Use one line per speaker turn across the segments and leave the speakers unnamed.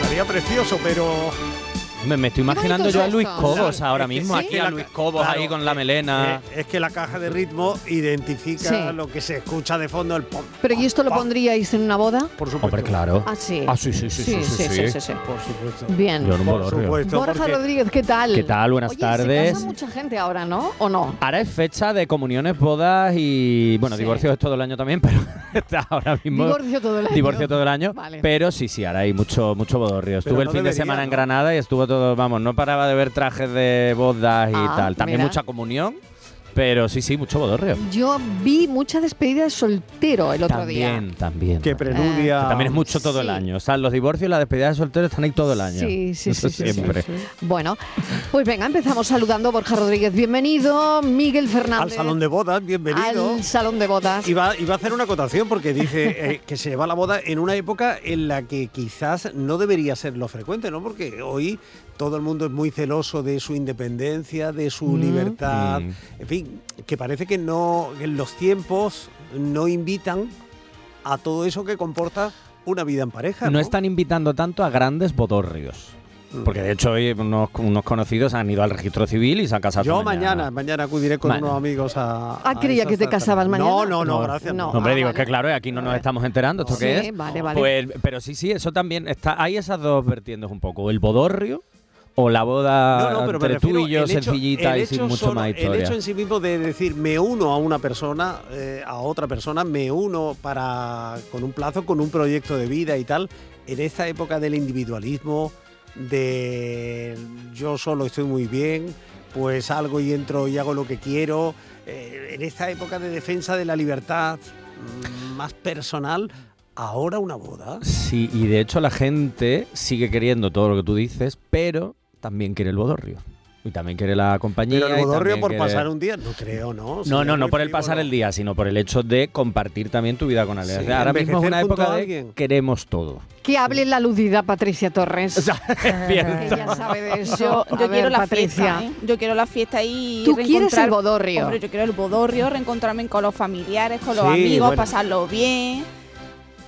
Estaría precioso, pero
Me, me estoy imaginando
bonito
yo a
es
Luis
esto.
Cobos
Claro,
ahora
es que
mismo,
sí.
aquí a
La
Luis
ca-
Cobos
claro,
ahí con la
eh,
melena.
eh, es que la caja de ritmo identifica
Sí.
lo que se escucha de fondo, el pom,
Pero ¿y esto lo
pam,
pondríais en una boda?
Por supuesto.
Hombre, claro.
Ah, sí.
Ah, sí, sí, sí, sí, sí, sí.
sí, sí.
Por supuesto.
Bien.
Yo no me
Por
lo río.
supuesto,
Borja
porque-
Rodríguez, ¿qué tal?
¿Qué tal? Buenas
Oye,
tardes.
Se casa mucha gente ahora, ¿no? ¿O no?
Ahora es fecha de comuniones, bodas y. Bueno,
Sí.
divorcios es todo el año también, pero está ahora mismo.
Divorcio todo el año.
divorcio todo el año.
Vale.
Pero sí, sí, ahora hay mucho, mucho bodorrio.
Pero
Estuve el
no
fin de
debería,
semana en
¿no?
Granada y estuvo todo, vamos, no paraba de ver trajes de bodas y
Ah,
tal. También
mira.
mucha comunión, pero sí, sí, mucho bodorrio.
Yo vi mucha despedida de soltero el otro
también,
día. Eh.
también.
Que preludia.
Que también es mucho todo el
Sí.
año. O sea, los divorcios y las despedidas de solteros están ahí todo el año.
Sí, sí,
Eso
sí, sí, sí,
Siempre.
sí. Bueno, pues venga, empezamos saludando a Borja Rodríguez. Bienvenido, Miguel
Al
Fernández.
salón de bodas, bienvenido.
Al salón de bodas.
Iba, iba a hacer una acotación porque dice eh, que se lleva la boda en una época en la que quizás no debería ser lo frecuente, ¿no? Porque hoy todo el mundo es muy celoso de su independencia, de su libertad.
Mm.
En fin, que parece que no que los tiempos no invitan a todo eso que comporta una vida en pareja. No,
No están invitando tanto a grandes bodorrios.
Mm.
Porque de hecho hoy unos, unos conocidos han ido al registro civil y se han casado
Yo
esta
mañana, mañana acudiré con
Mañana.
unos amigos a.
Ah,
a
creía
esa
que te
tarde.
casabas
No,
mañana.
no, no,
No,
gracias.
no.
Hombre,
Ah,
digo,
vale.
es que claro, aquí no nos estamos enterando, ¿esto
Sí,
qué es?
vale, vale.
Pues, pero sí, sí, eso también está. Hay esas dos vertientes un poco, el bodorrio o la boda
No, no, pero me
entre tú
refiero
y yo
el hecho-
sencillita
el
y sin
hecho
mucho
solo-
más
El
historia.
hecho en sí mismo de decir me uno a una persona, eh, a otra persona, me uno para con un plazo, con un proyecto de vida y tal, en esta época del individualismo, de yo solo estoy muy bien, pues salgo y entro y hago lo que quiero, eh, en esta época de defensa de la libertad mm, más personal, ahora una boda.
Sí, y de hecho la gente sigue queriendo todo lo que tú dices, pero también quiere el bodorrio. Y también quiere la compañía.
Pero el
y
bodorrio
también
por
quiere-
pasar un día, no creo, ¿no?
No,
Sería
no, no
muy
por el pasar
frívolo.
el día, sino por el hecho de compartir también tu vida con alguien.
Sí,
O sea, Ahora mismo es
envejecer
una
junto
época
a
de
alguien.
queremos todo.
Que hable la ludida Patricia Torres.
O sea, es
que
cierto.
Ah, ya sabe de eso.
Pues Yo,
A
yo
ver,
quiero la
Patricia.
fiesta, ¿eh? yo quiero la fiesta y
Tú quieres el
reencontrar-
bodorrio.
Hombre, yo quiero el bodorrio, reencontrarme con los familiares, con los
Sí,
amigos,
bueno.
pasarlo bien.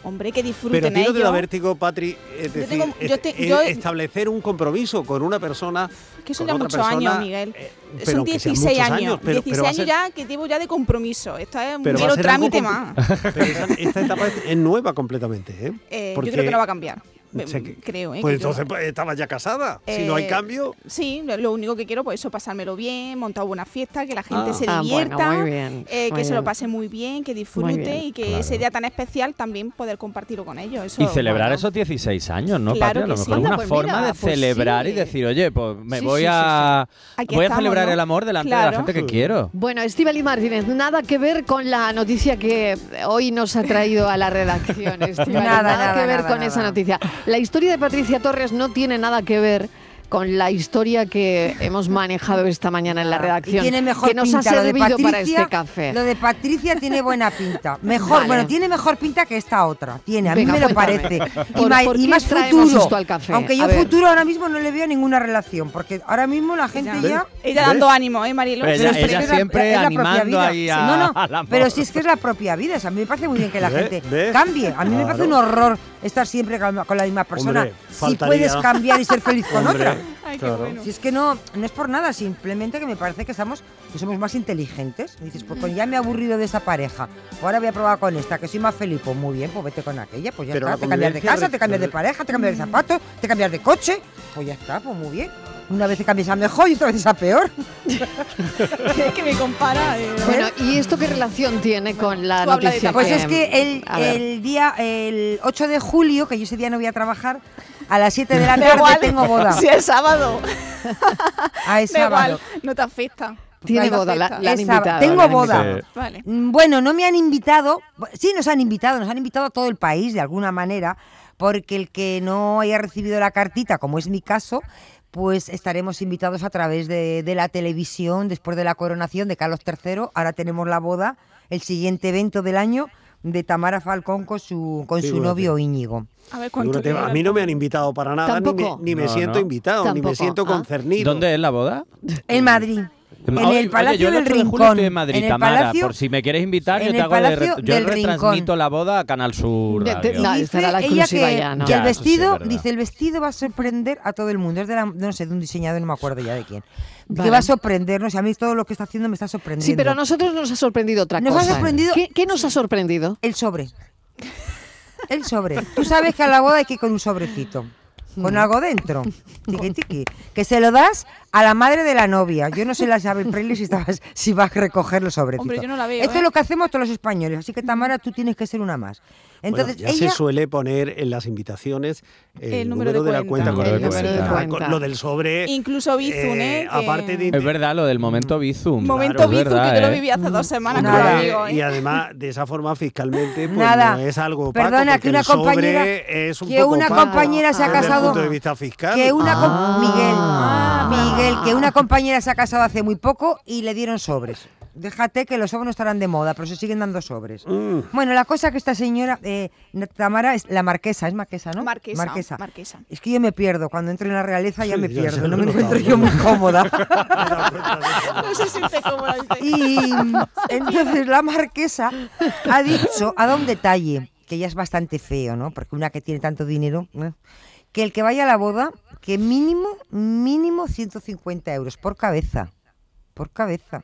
Hombre, que disfruten
Pero a ti no te da
ellos.
vértigo, Patri, es
Yo
decir,
tengo- yo
est-
te-
eh,
yo-
establecer un compromiso con una persona.
Que eso
con
ya
otra
muchos
persona,
años, Miguel.
eh, pero
Son
aunque sean
16
muchos
años.
pero-
16
pero va a
años
ser-
ya que llevo ya de compromiso. Esto es un
Pero va a
mero
ser algo
trámite
compli-
más.
pero esa- esta etapa es, es nueva completamente, ¿eh?
Eh,
Porque-
yo creo que no va a cambiar. Me-
sé que-
creo, ¿eh?
Pues
que yo-
entonces pues, estabas ya casada. si no hay
Eh,
cambio,
Sí, lo- lo único que quiero, pues eso, pasármelo bien, montar buena fiesta, que la gente
Ah.
se
Ah, bueno,
divierta,
muy bien,
eh, que
muy
se lo
bien.
pase muy bien, que disfrute
bien,
y que
claro.
ese día tan especial también poder compartirlo con ellos. Eso,
Y celebrar
bueno.
esos 16 años, ¿no,
Claro
Patria? A lo
que sí.
mejor
Anda,
una
pues
forma
mira,
de
pues
celebrar
sí.
y decir, oye, pues me
Sí,
voy
sí, sí,
a
Aquí
voy a
estamos,
celebrar
¿no?
el amor delante de
Claro.
la gente que quiero.
Bueno, Estivali Martínez, nada que ver con la noticia que hoy nos ha traído a la redacción. Estíbaliz,
Nada, este nada,
que ver
nada,
con
nada.
esa noticia. La historia de Patricia Torres no tiene nada que ver con la historia que hemos manejado esta mañana en la redacción.
Y tiene mejor
que nos
pinta.
ha
lo de
servido para
Patricia-
este café.
Lo de Patricia tiene buena pinta. Mejor,
Vale.
bueno, tiene mejor pinta que esta otra. Tiene, a mí
Venga,
me lo
cuéntame.
parece.
¿Por-
y, ma-
por
y
qué
más
traemos
futuro.
esto al café?
Aunque
A
yo
ver.
futuro ahora mismo no le veo ninguna relación, porque ahora mismo la gente
Ya.
ya.
Ella
¿Ves?
dando ánimo, ¿eh, Marilo?
Pero
Pero
ella-
es que es la-
siempre
es la propia
animando
vida.
ahí
Sí,
a-
No, no,
al amor.
pero si es que es la propia vida. O sea, a mí me parece muy bien que la
¿Ves?
gente
¿Ves?
cambie. A mí me
Claro.
parece un horror estar siempre con con la misma persona.
Hombre,
si
faltaría.
puedes cambiar y ser feliz con
Hombre,
otra.
Ay, qué
claro.
bueno.
Si es que no, no es por nada, simplemente que me parece que estamos, que somos más inteligentes. Y dices, pues con- ya me he aburrido de esa pareja. pues ahora voy a probar con esta, que soy más feliz. Pues muy bien, pues vete con aquella, pues ya
Pero la
está. Te cambias de
convivencia
casa,
re-
te cambias de pareja, te
Mm.
cambias de zapatos, te cambias de coche. Pues ya está, pues muy bien. Una vez te cambias a mejor y otra vez a peor.
es que me compara. eh,
Bueno, ¿y esto qué relación tiene con la
tú habla de
noticia?
esta
Pues es que el,
a ver.
el día, el 8 de julio, que yo ese día no voy a trabajar, a las 7 de la tarde
igual.
tengo boda.
Si es sábado,
Ah, es
da igual,
sábado.
no te afecta.
Tiene
Ahí va,
boda, la,
perfecta.
la han
Es
invitado.
sábado. Tengo
la han
boda.
invitado.
Vale.
Mm, Bueno, no me han invitado. Bu- Sí, nos han invitado, nos han invitado a todo el país de alguna manera. porque el que no haya recibido la cartita, como es mi caso, pues estaremos invitados a través de, de la televisión después de la coronación de Carlos III. Ahora tenemos la boda, el siguiente evento del año de Tamara Falcón con su, con su
Figúrate.
novio Íñigo.
A ver cuánto
Figúrate,
le va
a
a
mí no me han invitado para nada, ni me,
Tampoco.
ni me
No,
siento
no.
invitado, ni me
Tampoco,
siento
ah.
concernido.
¿Dónde es la boda?
En Madrid. En
Oye, oye,
el Palacio
yo el
del
8 de julio
Rincón.
estoy en Madrid,
en el
Tamara,
Palacio-
por si me quieres invitar,
en
yo te
el
hago de re-
Palacio
yo
del
retransmito
Rincón. Eh,
la boda a Canal Sur.
De- de-
Radio.
no,
Dice
estará la
ella
exclusiva
que,
ya, ¿no?
que el
Ya, eso sí,
vestido,
es verdad.
dice, el vestido va a sorprender a todo el mundo. Es de la, no sé, de un diseñador, no me acuerdo ya de quién.
Vale.
Que va a sorprendernos. y A mí todo lo que está haciendo me está sorprendiendo.
Sí, pero a nosotros nos ha sorprendido otra
Nos ha
cosa.
sorprendido-
¿Qué, qué nos ha sorprendido?
El sobre. El sobre. Tú sabes que a la boda hay que ir con un sobrecito. Con algo dentro. Tiqui, tiqui. Que se lo das a la madre de la novia. Yo no sé la Isabel Presley si, estabas, si vas a recoger los sobrecitos.
Hombre, yo no la veo,
Esto
¿eh?
es lo que hacemos todos los españoles. Así que, Tamara, tú tienes que ser una más.
Bueno,
Entonces,
ya
ella...
se suele poner en las invitaciones el,
El número de cuenta.
la cuenta.
El número de
corriente.
cuenta.
Con Lo del sobre.
Incluso Bizum, ¿eh? Que-
Aparte de.
Es verdad lo del momento Bizum.
Momento
Claro, es
Bizum,
verdad,
que yo lo
¿eh?
viví hace dos semanas con
Nada.
un
Hombre,
amigo, ¿eh?
Y además, de esa forma fiscalmente, pues
Nada.
no es algo opaco,
Perdona,
porque
que una
el sobre
compañera-
es un
que
poco
una
opaco
compañera se ha
desde el
casado-
punto de vista fiscal.
Que una com-
Ah.
Miguel,
Ah.
Miguel, que una compañera se ha casado hace muy poco y le dieron sobres. Déjate que los sobres no estarán de moda, pero se siguen dando sobres.
Mm.
Bueno, la cosa que esta señora, eh, Tamara, es la marquesa, es marquesa, ¿no?
Marquesa, marquesa.
Es que yo me pierdo, cuando entro en la realeza ya
Sí,
me
ya
pierdo,
se
no
lo
me
he
encuentro
notado.
yo muy cómoda.
No se siente cómoda. dice.
Y entonces la marquesa ha dicho, ha dado un detalle, que ya es bastante feo, ¿no? Porque una que tiene tanto dinero, ¿eh? que el que vaya a la boda, que mínimo, mínimo 150 euros por cabeza. Por cabeza.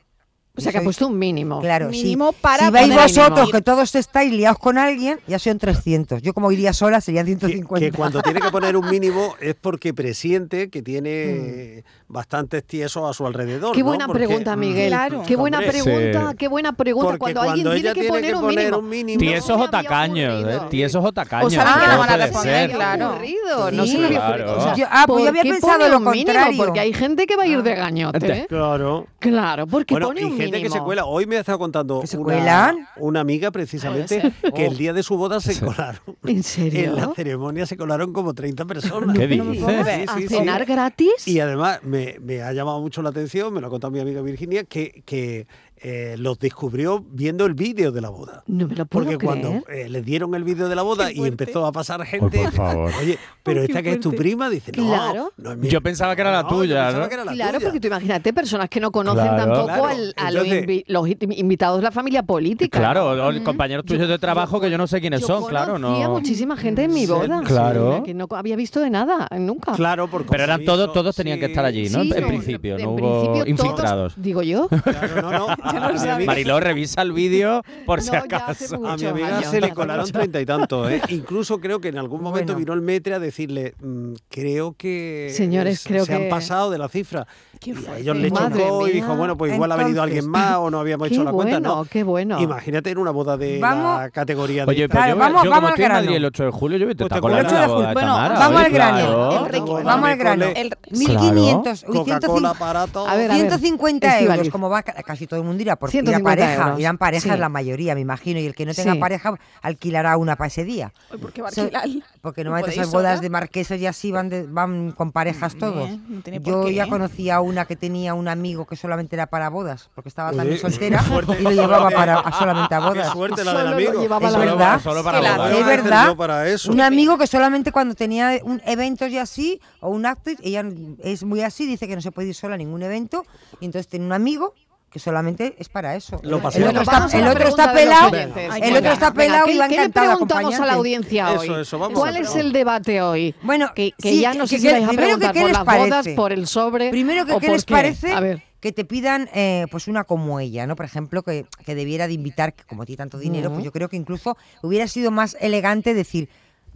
O sea, que ha
Soy-
puesto un mínimo.
Claro, sí.
Mínimo para
Si vais
poder
vosotros,
mínimo.
que todos estáis liados con alguien, ya son 300. Yo como iría sola serían
Que,
150.
que cuando tiene que poner un mínimo es porque presiente que tiene
Mm.
bastantes tiesos a su alrededor.
Qué
¿no?
buena
Porque- Mm.
pregunta, Miguel.
Claro.
Qué buena
Hombre,
pregunta,
Sí.
qué buena pregunta.
Porque
Cuando,
cuando
alguien
ella
tiene que poner, un, mínimo. No
mínimo-
Tiesos
me
o
había
tacaños,
ocurrido.
¿eh? Tiesos o tacaños.
saben
que
que la
no
Ah,
van a
puede
responder,
ser.
claro.
Ocurrido,
Sí,
no se me había
claro.
ocurrido. O sea,
Yo- ah, pues yo
¿por
había
qué
pensado
pone
lo
un mínimo?
contrario.
Porque hay gente que va a ir de gañote. ¿eh?
Claro.
Claro, porque
bueno,
pone
y
un
gente
mínimo.
que se cuela. Hoy me ha estado contando
¿Que se
una,
cuelan?
una amiga precisamente
Puede
que el día de su boda se colaron.
¿En
En
serio?
la ceremonia se colaron como 30 personas.
¿Qué
Sí,
dices?
sí,
¿A
sí, sí.
cenar gratis?
Y además me, me ha llamado mucho la atención, me lo ha contado mi amiga Virginia, que, que eh, los descubrió viendo el vídeo de la boda.
No me lo puedo
Porque
creer.
cuando eh, les dieron el vídeo de la boda
Qué
y
fuerte.
empezó a pasar gente,
por favor.
oye, pero
Ay, qué
esta que es tu
fuerte.
prima, dice, no,
Claro.
no es mi-
Yo pensaba que era la
yo
tuya,
pensaba
¿no?
que era la
Claro,
tuya.
porque tú imagínate personas que no conocen
Claro.
tampoco
Claro.
al- a los,
Entonces-
invi- los it- invitados de la familia política.
Claro, los compañeros tuyos de trabajo que yo no sé quiénes
Yo
son, claro,
conocía
no.
muchísima gente en mi boda.
Claro.
Que no había visto de nada, nunca.
Claro, por
Pero eran todos,
compromiso,
todos tenían que
sí.
estar allí, ¿no?
Sí,
en
no,
principio,
en
no hubo
principio todos,
infiltrados.
digo yo.
Claro, no, no. A- a mi amiga-
Mariló, revisa el vídeo por si
No, ya hace
acaso.
mucho.
A mi
Muchos
amiga
años,
se le
ya
colaron
mucho.
treinta y tantos, ¿eh? Incluso creo que en algún momento
Bueno.
vino el metre a decirle, mm, creo que
Señores,
se,
creo
se han
que-
pasado de la cifra.
Qué
Y a
fuerte.
ellos le
Madre
chocó y
mía.
dijo, bueno, pues igual ha venido
Entonces-
alguien más o no habíamos
qué
hecho la
bueno,
cuenta, ¿no?
qué bueno.
Imagínate en una boda de la
Vamos-
categoría de...
Oye,
esta-
pero
Claro,
yo,
vamos-
yo como
vamos al
estoy en Madrid
grano.
el 8 de julio, yo voy a
Pues te
estar
cuelo
colando
el 8
la
de
boda de
julio.
Bueno,
Tamara,
vamos
oye,
al grano.
claro.
El rico,
Vamos al grano.
El-
1.500. uy, 150.
Coca-Cola para todos.
A ver, a ver.
150
Estivaliz.
euros, como va ca- casi todo el mundo irá por
150
irá pareja,
euros.
irán parejas
Sí.
la mayoría, me imagino, y el que no tenga
Sí.
pareja alquilará una para ese día.
Ay, ¿Por qué va a
So-
alquilar?
Porque
¿No
normalmente
podéis
esas bodas
sola?
de marqueses y así van, de- van con parejas todos.
no tiene por
Yo
qué,
ya
¿eh?
conocía una que tenía un amigo que solamente era para bodas, porque estaba tan
Oye,
soltera
qué fuerte.
y lo llevaba para, a- solamente a
Qué
bodas.
suerte la del
Solo lo
amigo.
llevaba
Es
la
verdad.
Solo- solo para
Es que la-
bodas.
es
Yo me he
verdad.
entendido para eso.
Un amigo que solamente cuando tenía un eventos y así, o un actriz, ella es muy así, dice que no se puede ir sola a ningún evento, y entonces tiene un amigo que solamente es para eso.
Lo
el
paseo.
otro
Bueno,
está,
vamos a
el
la
otro está
pregunta de los
pelado,
oyentes.
Ay,
el
venga,
otro está
venga,
pelado
¿qué-
y va
¿qué le
encantado
preguntamos a la
acompañante.
audiencia hoy?
Eso, eso, vamos a
¿Cuál es
preguntar.
el debate hoy?
Bueno,
que, que
sí,
ya no
que-
sé
que-
si vais a
primero que
preguntar
qué
por
les
las bodas,
parece.
por el sobre.
Primero que
o
qué
por
les parece
A ver.
que te pidan eh, pues una como ella, ¿no? Por ejemplo, que, que debiera de invitar, que como tiene tanto dinero, pues yo creo que incluso hubiera sido más elegante decir,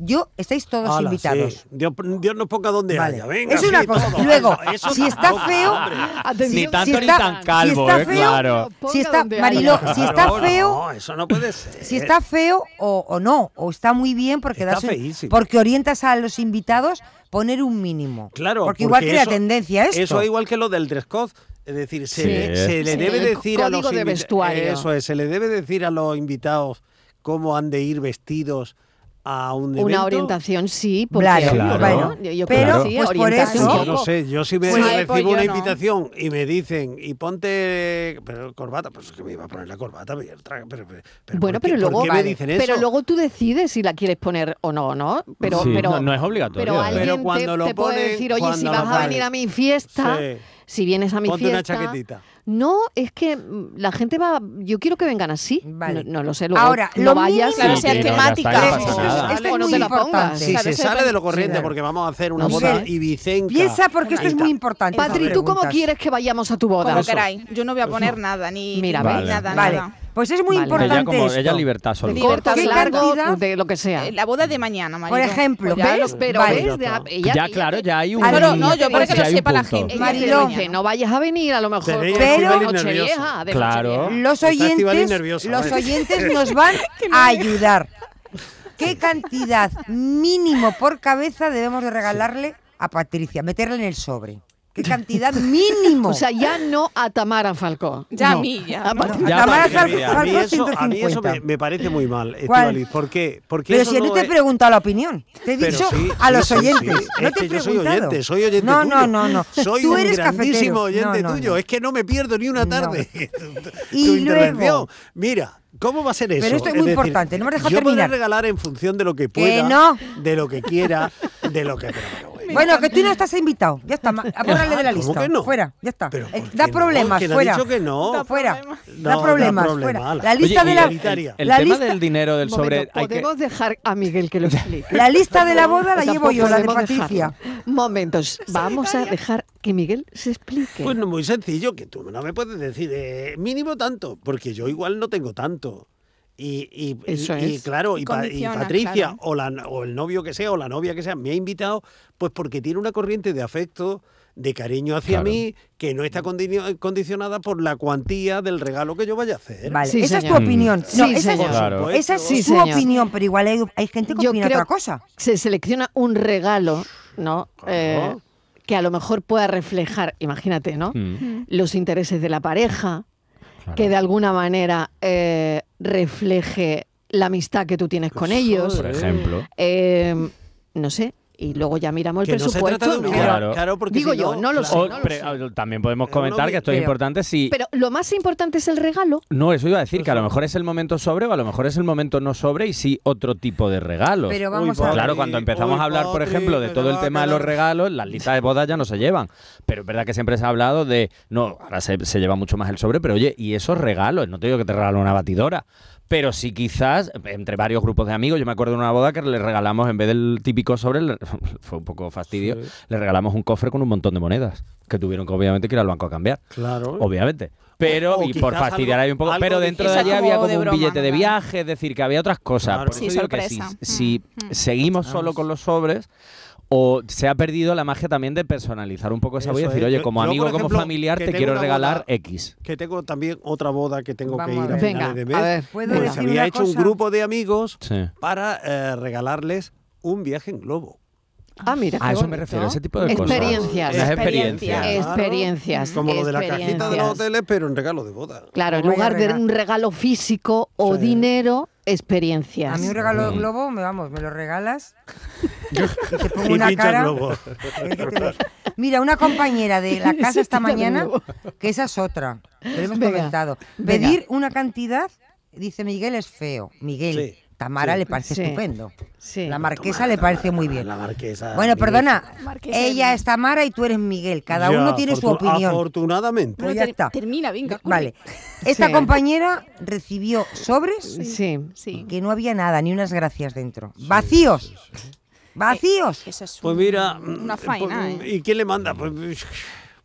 yo estáis todos
Ala,
invitados.
sí. Dios, Dios nos ponga donde
Vale.
haya. Venga,
Es una
sí,
cosa.
todo.
Luego,
Eso
si está
tampoco,
feo,
hombre.
Ni
Atención,
tanto
si
ni
está-
tan
si
calvo,
está
eh,
feo,
claro.
Ponga
Si está,
donde haya.
Mariló, si está
Claro,
feo,
No, eso no puede ser.
si está feo o, o no, o está muy bien porque
Está
das un-
feísimo.
porque orientas a los invitados poner un mínimo.
Claro,
porque, igual que la
eso-
tendencia es
Eso es igual que lo del dress code. Es decir, se,
Sí.
le, se le
Sí,
debe
el
decir a los
código de
invita-
vestuario.
Eso es, se le debe decir a los invitados cómo han de ir vestidos a un
Una
evento?
orientación, sí, porque
Claro,
Claro.
bueno,
Yo, yo
pero,
creo que sí,
pues por
orientación.
eso-
Yo no sé, yo si me
Pues,
recibo
pues, yo
una
no.
invitación y me dicen, y ponte pero, corbata, pues es que me iba a poner la corbata, pero, pero, pero, pero
Bueno,
¿por qué-
pero luego,
¿por qué me
vale,
dicen eso?
pero luego tú decides si la quieres poner o no, ¿no? Pero,
Sí,
pero,
no, no es obligatorio.
pero
¿eh?
alguien
Pero cuando
te,
lo
te puede
ponen,
decir, oye, si
cuando
vas
lo
a
ponen.
venir a mi fiesta,
Sí.
si vienes a mi
Ponte una
fiesta.
chaquetita.
No, es que mm, la gente va. Yo quiero que vengan así.
Vale.
No, no lo sé. Luego,
Ahora,
no
lo
vayas.
Claro,
Sí,
si es
sí, no, ya
temática.
está, no
Sí,
pasa
sí, sí.
nada.
o
es
no te
muy
la pongas.
importante.
Si
Claro,
se
eso
sale
depende-
de lo corriente
claro.
porque vamos a hacer una
No
boda
sé.
ibicenca.
Piensa porque esto
Ahí
es
está.
muy importante.
Patri,
estas
¿tú cómo
preguntas.
quieres que vayamos a tu boda?
Como queráis. Yo no voy a poner nada, ni,
Mira,
ni
vale.
nada,
Vale,
nada.
pues es muy
Vale.
Pero
importante
ella como
esto.
ella libertad solo.
Digo,
Cortos,
¿Qué
largos,
cantidad?
de lo que sea.
Eh, La boda de mañana, María.
Por ejemplo,
Pues Ya
¿ves?
lo- pero
Vale.
ves, ya, ella-
Ya,
ella
claro,
te-
ya hay un.
No, no, no,
Ahí
yo
te
para que
dice-
lo
ya hay un
sepa la
punto.
gente.
Ella te
Mariló.
dice, no vayas a venir a lo mejor
Tenéis
con- de
a Estivali
nerviosa.
Nochevieja. de
Claro.
Nochevieja.
Los
Está Estivali
oyentes,
nerviosa,
los
vale.
oyentes nos van a ayudar. ¿Qué cantidad mínimo por cabeza debemos de regalarle a Patricia? Meterle en el sobre. ¿Qué cantidad mínimo?
O sea, ya no a Tamara Falcó.
Ya a
no. Ah, pues,
mí, ya.
A
No.
Pat-
Ya,
Tamara
Patricia,
Jar-
mira,
A mí
Jarcos,
eso, a mí eso
150.
me, me parece muy mal,
¿Cuál?
Estivaliz. ¿Por qué? Porque
Pero
eso
si yo no te he
es-
preguntado la opinión, te he
Pero
dicho
sí,
a
sí,
los
sí,
oyentes.
sí.
No
Es
te he
que yo soy
preguntado.
oyente, soy oyente
no,
tuyo.
No, no, no.
Soy
Tú
un
eres
grandísimo
cafetero.
oyente
No, no,
tuyo.
no.
Es que no me pierdo ni una
No.
tarde.
Y
tu
luego-
intervención. Mira, ¿cómo va a ser eso?
esto es muy importante, no me dejas
yo
terminar.
podré regalar en función de lo que pueda,
no.
de lo que quiera, de lo que... pero, pero bueno.
Bueno, que tú no estás invitado. Ya está, ma- apárrale de la
¿Cómo
lista.
que no?
Fuera, ya está.
Pero, ¿por
Eh,
qué
da
no?
problemas,
¿Quién ha
fuera.
dicho que no?
Da
Fuera.
problemas.
Da
No, da
problemas,
problema,
fuera.
ala.
La lista
Oye,
de
y
la
el-
Italia.
El
la
tema
lista-
del dinero del
Un momento,
sobre. hay que-
podemos dejar a Miguel que lo explique.
La lista de la boda la
Tampoco
llevo yo, la de
podemos
Patricia.
dejarlo. Momentos, vamos a dejar que Miguel se explique.
Pues no, muy sencillo, que tú no me puedes decir eh, mínimo tanto, porque yo igual no tengo tanto. Y, y- y-
Eso
y,
es.
claro,
Y
y, Pa- y
condiciona,
Patricia
claro.
o, la, o el novio que sea o la novia que sea me ha invitado, pues porque tiene una corriente de afecto, de cariño hacia
Claro.
mí, que no está condicio- condicionada por la cuantía del regalo que yo vaya a hacer.
Vale,
Sí,
esa es tu
señor. Mm.
opinión. No,
Sí,
esa, es,
señor.
Claro.
esa es
Sí,
su
señor.
opinión, pero igual hay, hay gente que
Yo
opina
creo
otra cosa.
que Se selecciona un regalo, ¿no?
Claro.
Eh, que a lo mejor pueda reflejar, imagínate, ¿no?
Mm,
Los intereses de la pareja,
claro.
que de alguna manera eh, refleje la amistad que tú tienes con ellos.
Por ejemplo.
Eh, no sé, y luego ya miramos el
Que no se
presupuesto.
trata de un
¿no?
dinero,
Claro.
claro. porque
Digo
si
yo, no lo sé,
O
no lo
pre-
sé.
ah, también podemos
Pero no
comentar
vi-
que esto es
pero-
importante si.
Pero lo más importante es el regalo.
No, eso iba a
Pues
decir que a lo mejor es el momento sobre o a lo mejor es el momento no sobre y sí otro tipo de regalos.
Pero
Uy,
vamos a
Patri,
Claro, cuando empezamos
uy,
a hablar, por
Patri,
ejemplo, de
que
todo
te
el
va a
tema de los
quedar-
regalos, las listas de bodas ya no se llevan. Pero es verdad que siempre se ha hablado de, no, ahora se, se lleva mucho más el sobre, pero oye, y esos regalos, no te digo que te regalo una batidora, pero sí quizás entre varios grupos de amigos, yo me acuerdo de una boda que le regalamos, en vez del típico sobre, le- fue un poco fastidio, le regalamos un cofre con un montón de monedas, que tuvieron que obviamente que ir al banco a cambiar,
Claro.
obviamente. Pero,
o
y por
quizás
fastidiar
algo-
ahí un poco,
algo
pero
de-
dentro de
Quizás
allí había
como
como
de
un
broma,
billete de
claro.
viaje, es decir, que había otras cosas.
Claro.
Por
Sí,
eso digo que si,
sorpresa.
si
Mm, mm.
seguimos solo con los sobres, o se ha perdido la magia también de personalizar un poco esa
Eso
voy a decir,
es.
oye,
Yo-
como
yo, por
amigo, como
ejemplo,
familiar,
que
te
tengo
quiero
una
regalar
boda-
X.
que tengo también otra boda que tengo que
Vamos
ir
a
a,
ver.
finales
Venga,
de
a
mes.
ver.
¿Puedo
Pues
decir
había
una
hecho un
cosa?
grupo de amigos
Sí.
para eh, regalarles un viaje en globo.
Ah, mira.
A
qué
eso me
bonito.
refiero, ese tipo de cosas.
Experiencias.
Unas
Experiencias.
experiencias.
Experiencias.
Como lo de la cajita de
experiencias.
los hoteles, pero en regalo de boda.
Claro, en
Vaya
lugar de
regalo.
un regalo físico o
Sí.
dinero,
A
experiencias.
mí un regalo de
Mm.
globo, me vamos, me lo regalas y te pongo
Y
una
pincho el
cara.
globo.
Es que te- Mira, una compañera de la casa esta
Sí, también
mañana,
hubo.
que esa es otra, que lo hemos
Venga,
comentado.
venga.
Pedir una cantidad, dice Miguel, es feo. Miguel,
Sí,
Tamara
sí.
le parece
Sí.
estupendo.
Sí.
La marquesa le parece muy bien.
La marquesa.
Bueno,
Miguel.
perdona,
Marquesa de
ella
Miguel.
es Tamara y tú eres Miguel. Cada
Ya,
uno tiene su
afortun-
opinión.
Afortunadamente.
Pues
Pero
ya
ter-
está.
Termina, venga. corre.
Vale. Esta
Sí.
compañera recibió sobres
Sí.
Sí.
que no había nada, ni unas gracias dentro. Vacíos. Vacíos.
Eso es
Pues
un-
mira.
Una
mm,
faena,
pues,
¿eh?
¿Y quién le manda? Pues,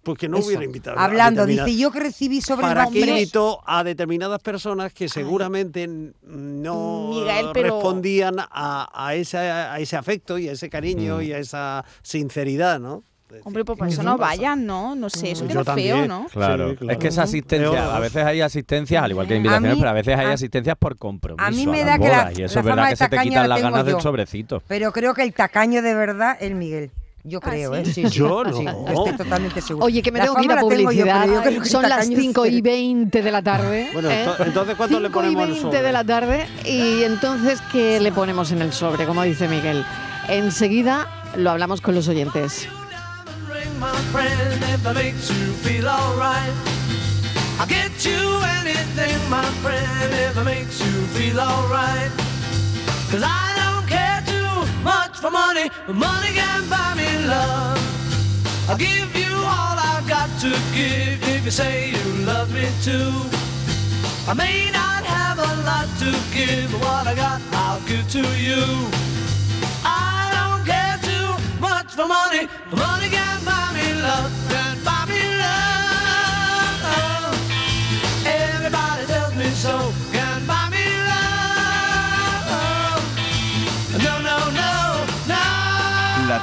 pues que no
Eso.
hubiera invitado. a
Hablando,
determinadas-
dice yo que recibí sobres
¿Para qué
vacíos.
invitó a determinadas personas que seguramente n- no
Miguel, pero-
respondían a, a ese, a ese afecto y a ese cariño y a esa sinceridad, ¿no?
Hombre, pues para
¿Qué
eso
pasa?
no vayan, ¿no? No sé, eso
Pues
queda feo,
yo también.
¿no?
Claro.
Sí, claro.
es que esa
Teólogos.
asistencia, a veces hay asistencias, al igual que hay invitaciones,
A mí-
pero a veces hay
a-
asistencias por compromiso.
a mí
a
me
las
da que la-
bodas, y eso
la
es verdad
fama
que
de
se te
tacaña
quitan
la
las
tengo
ganas
yo.
del sobrecito.
Pero creo que el tacaño de verdad es Miguel. Yo creo,
sí.
¿eh? Sí, sí.
Yo
Sí,
no.
yo estoy totalmente segura.
Ah, Oye, que me
La
tengo que ir
fama
a
la tengo yo, pero
publicidad.
yo creo que
Son las
Tacaño es
5 y
cero.
20 de la tarde.
Bueno,
¿eh?
ento- entonces, ¿cuánto le
5 y
ponemos al
20
sobre?
de la tarde. Y entonces, ¿qué le ponemos en el sobre? Como dice Miguel. Enseguida lo hablamos con los oyentes.
Ring, my friend, if that makes you feel alright. I'll get you anything, my friend, if that makes you feel alright. Cause I don't care too much for money, but money can buy me love. I'll give you all I've got to give if you say you love me too. I may not have a lot to give, but what I got, I'll give to you. I don't care too much for money. Money can buy me love, can buy me love. Everybody tells me so. Can buy me love. No, no, no, no.
La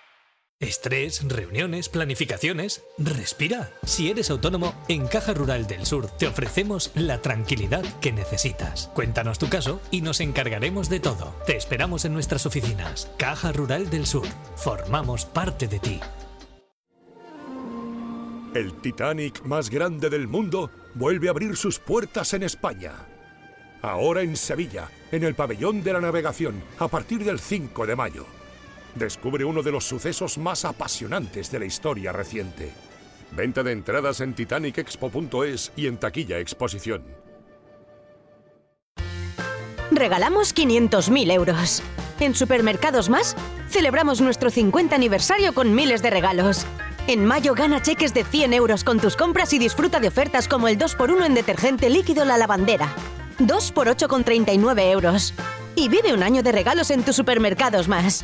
Estrés, reuniones, planificaciones. Respira. Si eres autónomo, en Caja Rural del Sur te ofrecemos la tranquilidad que necesitas. Cuéntanos tu caso y nos encargaremos de todo. Te esperamos en nuestras oficinas. Caja Rural del Sur. Formamos parte de ti.
El Titanic más grande del mundo vuelve a abrir sus puertas en España. Ahora en Sevilla, en el pabellón de la navegación, a partir del 5 de mayo. Descubre uno de los sucesos más apasionantes de la historia reciente. Venta de entradas en titanicexpo.es y en taquilla exposición.
regalamos 500.000 euros. En Supermercados Más, celebramos nuestro 50 aniversario con miles de regalos. En mayo gana cheques de 100 euros con tus compras y disfruta de ofertas como el 2x1 en detergente líquido La Lavandera. 2x8 con 39 euros. Y vive un año de regalos en tus Supermercados Más.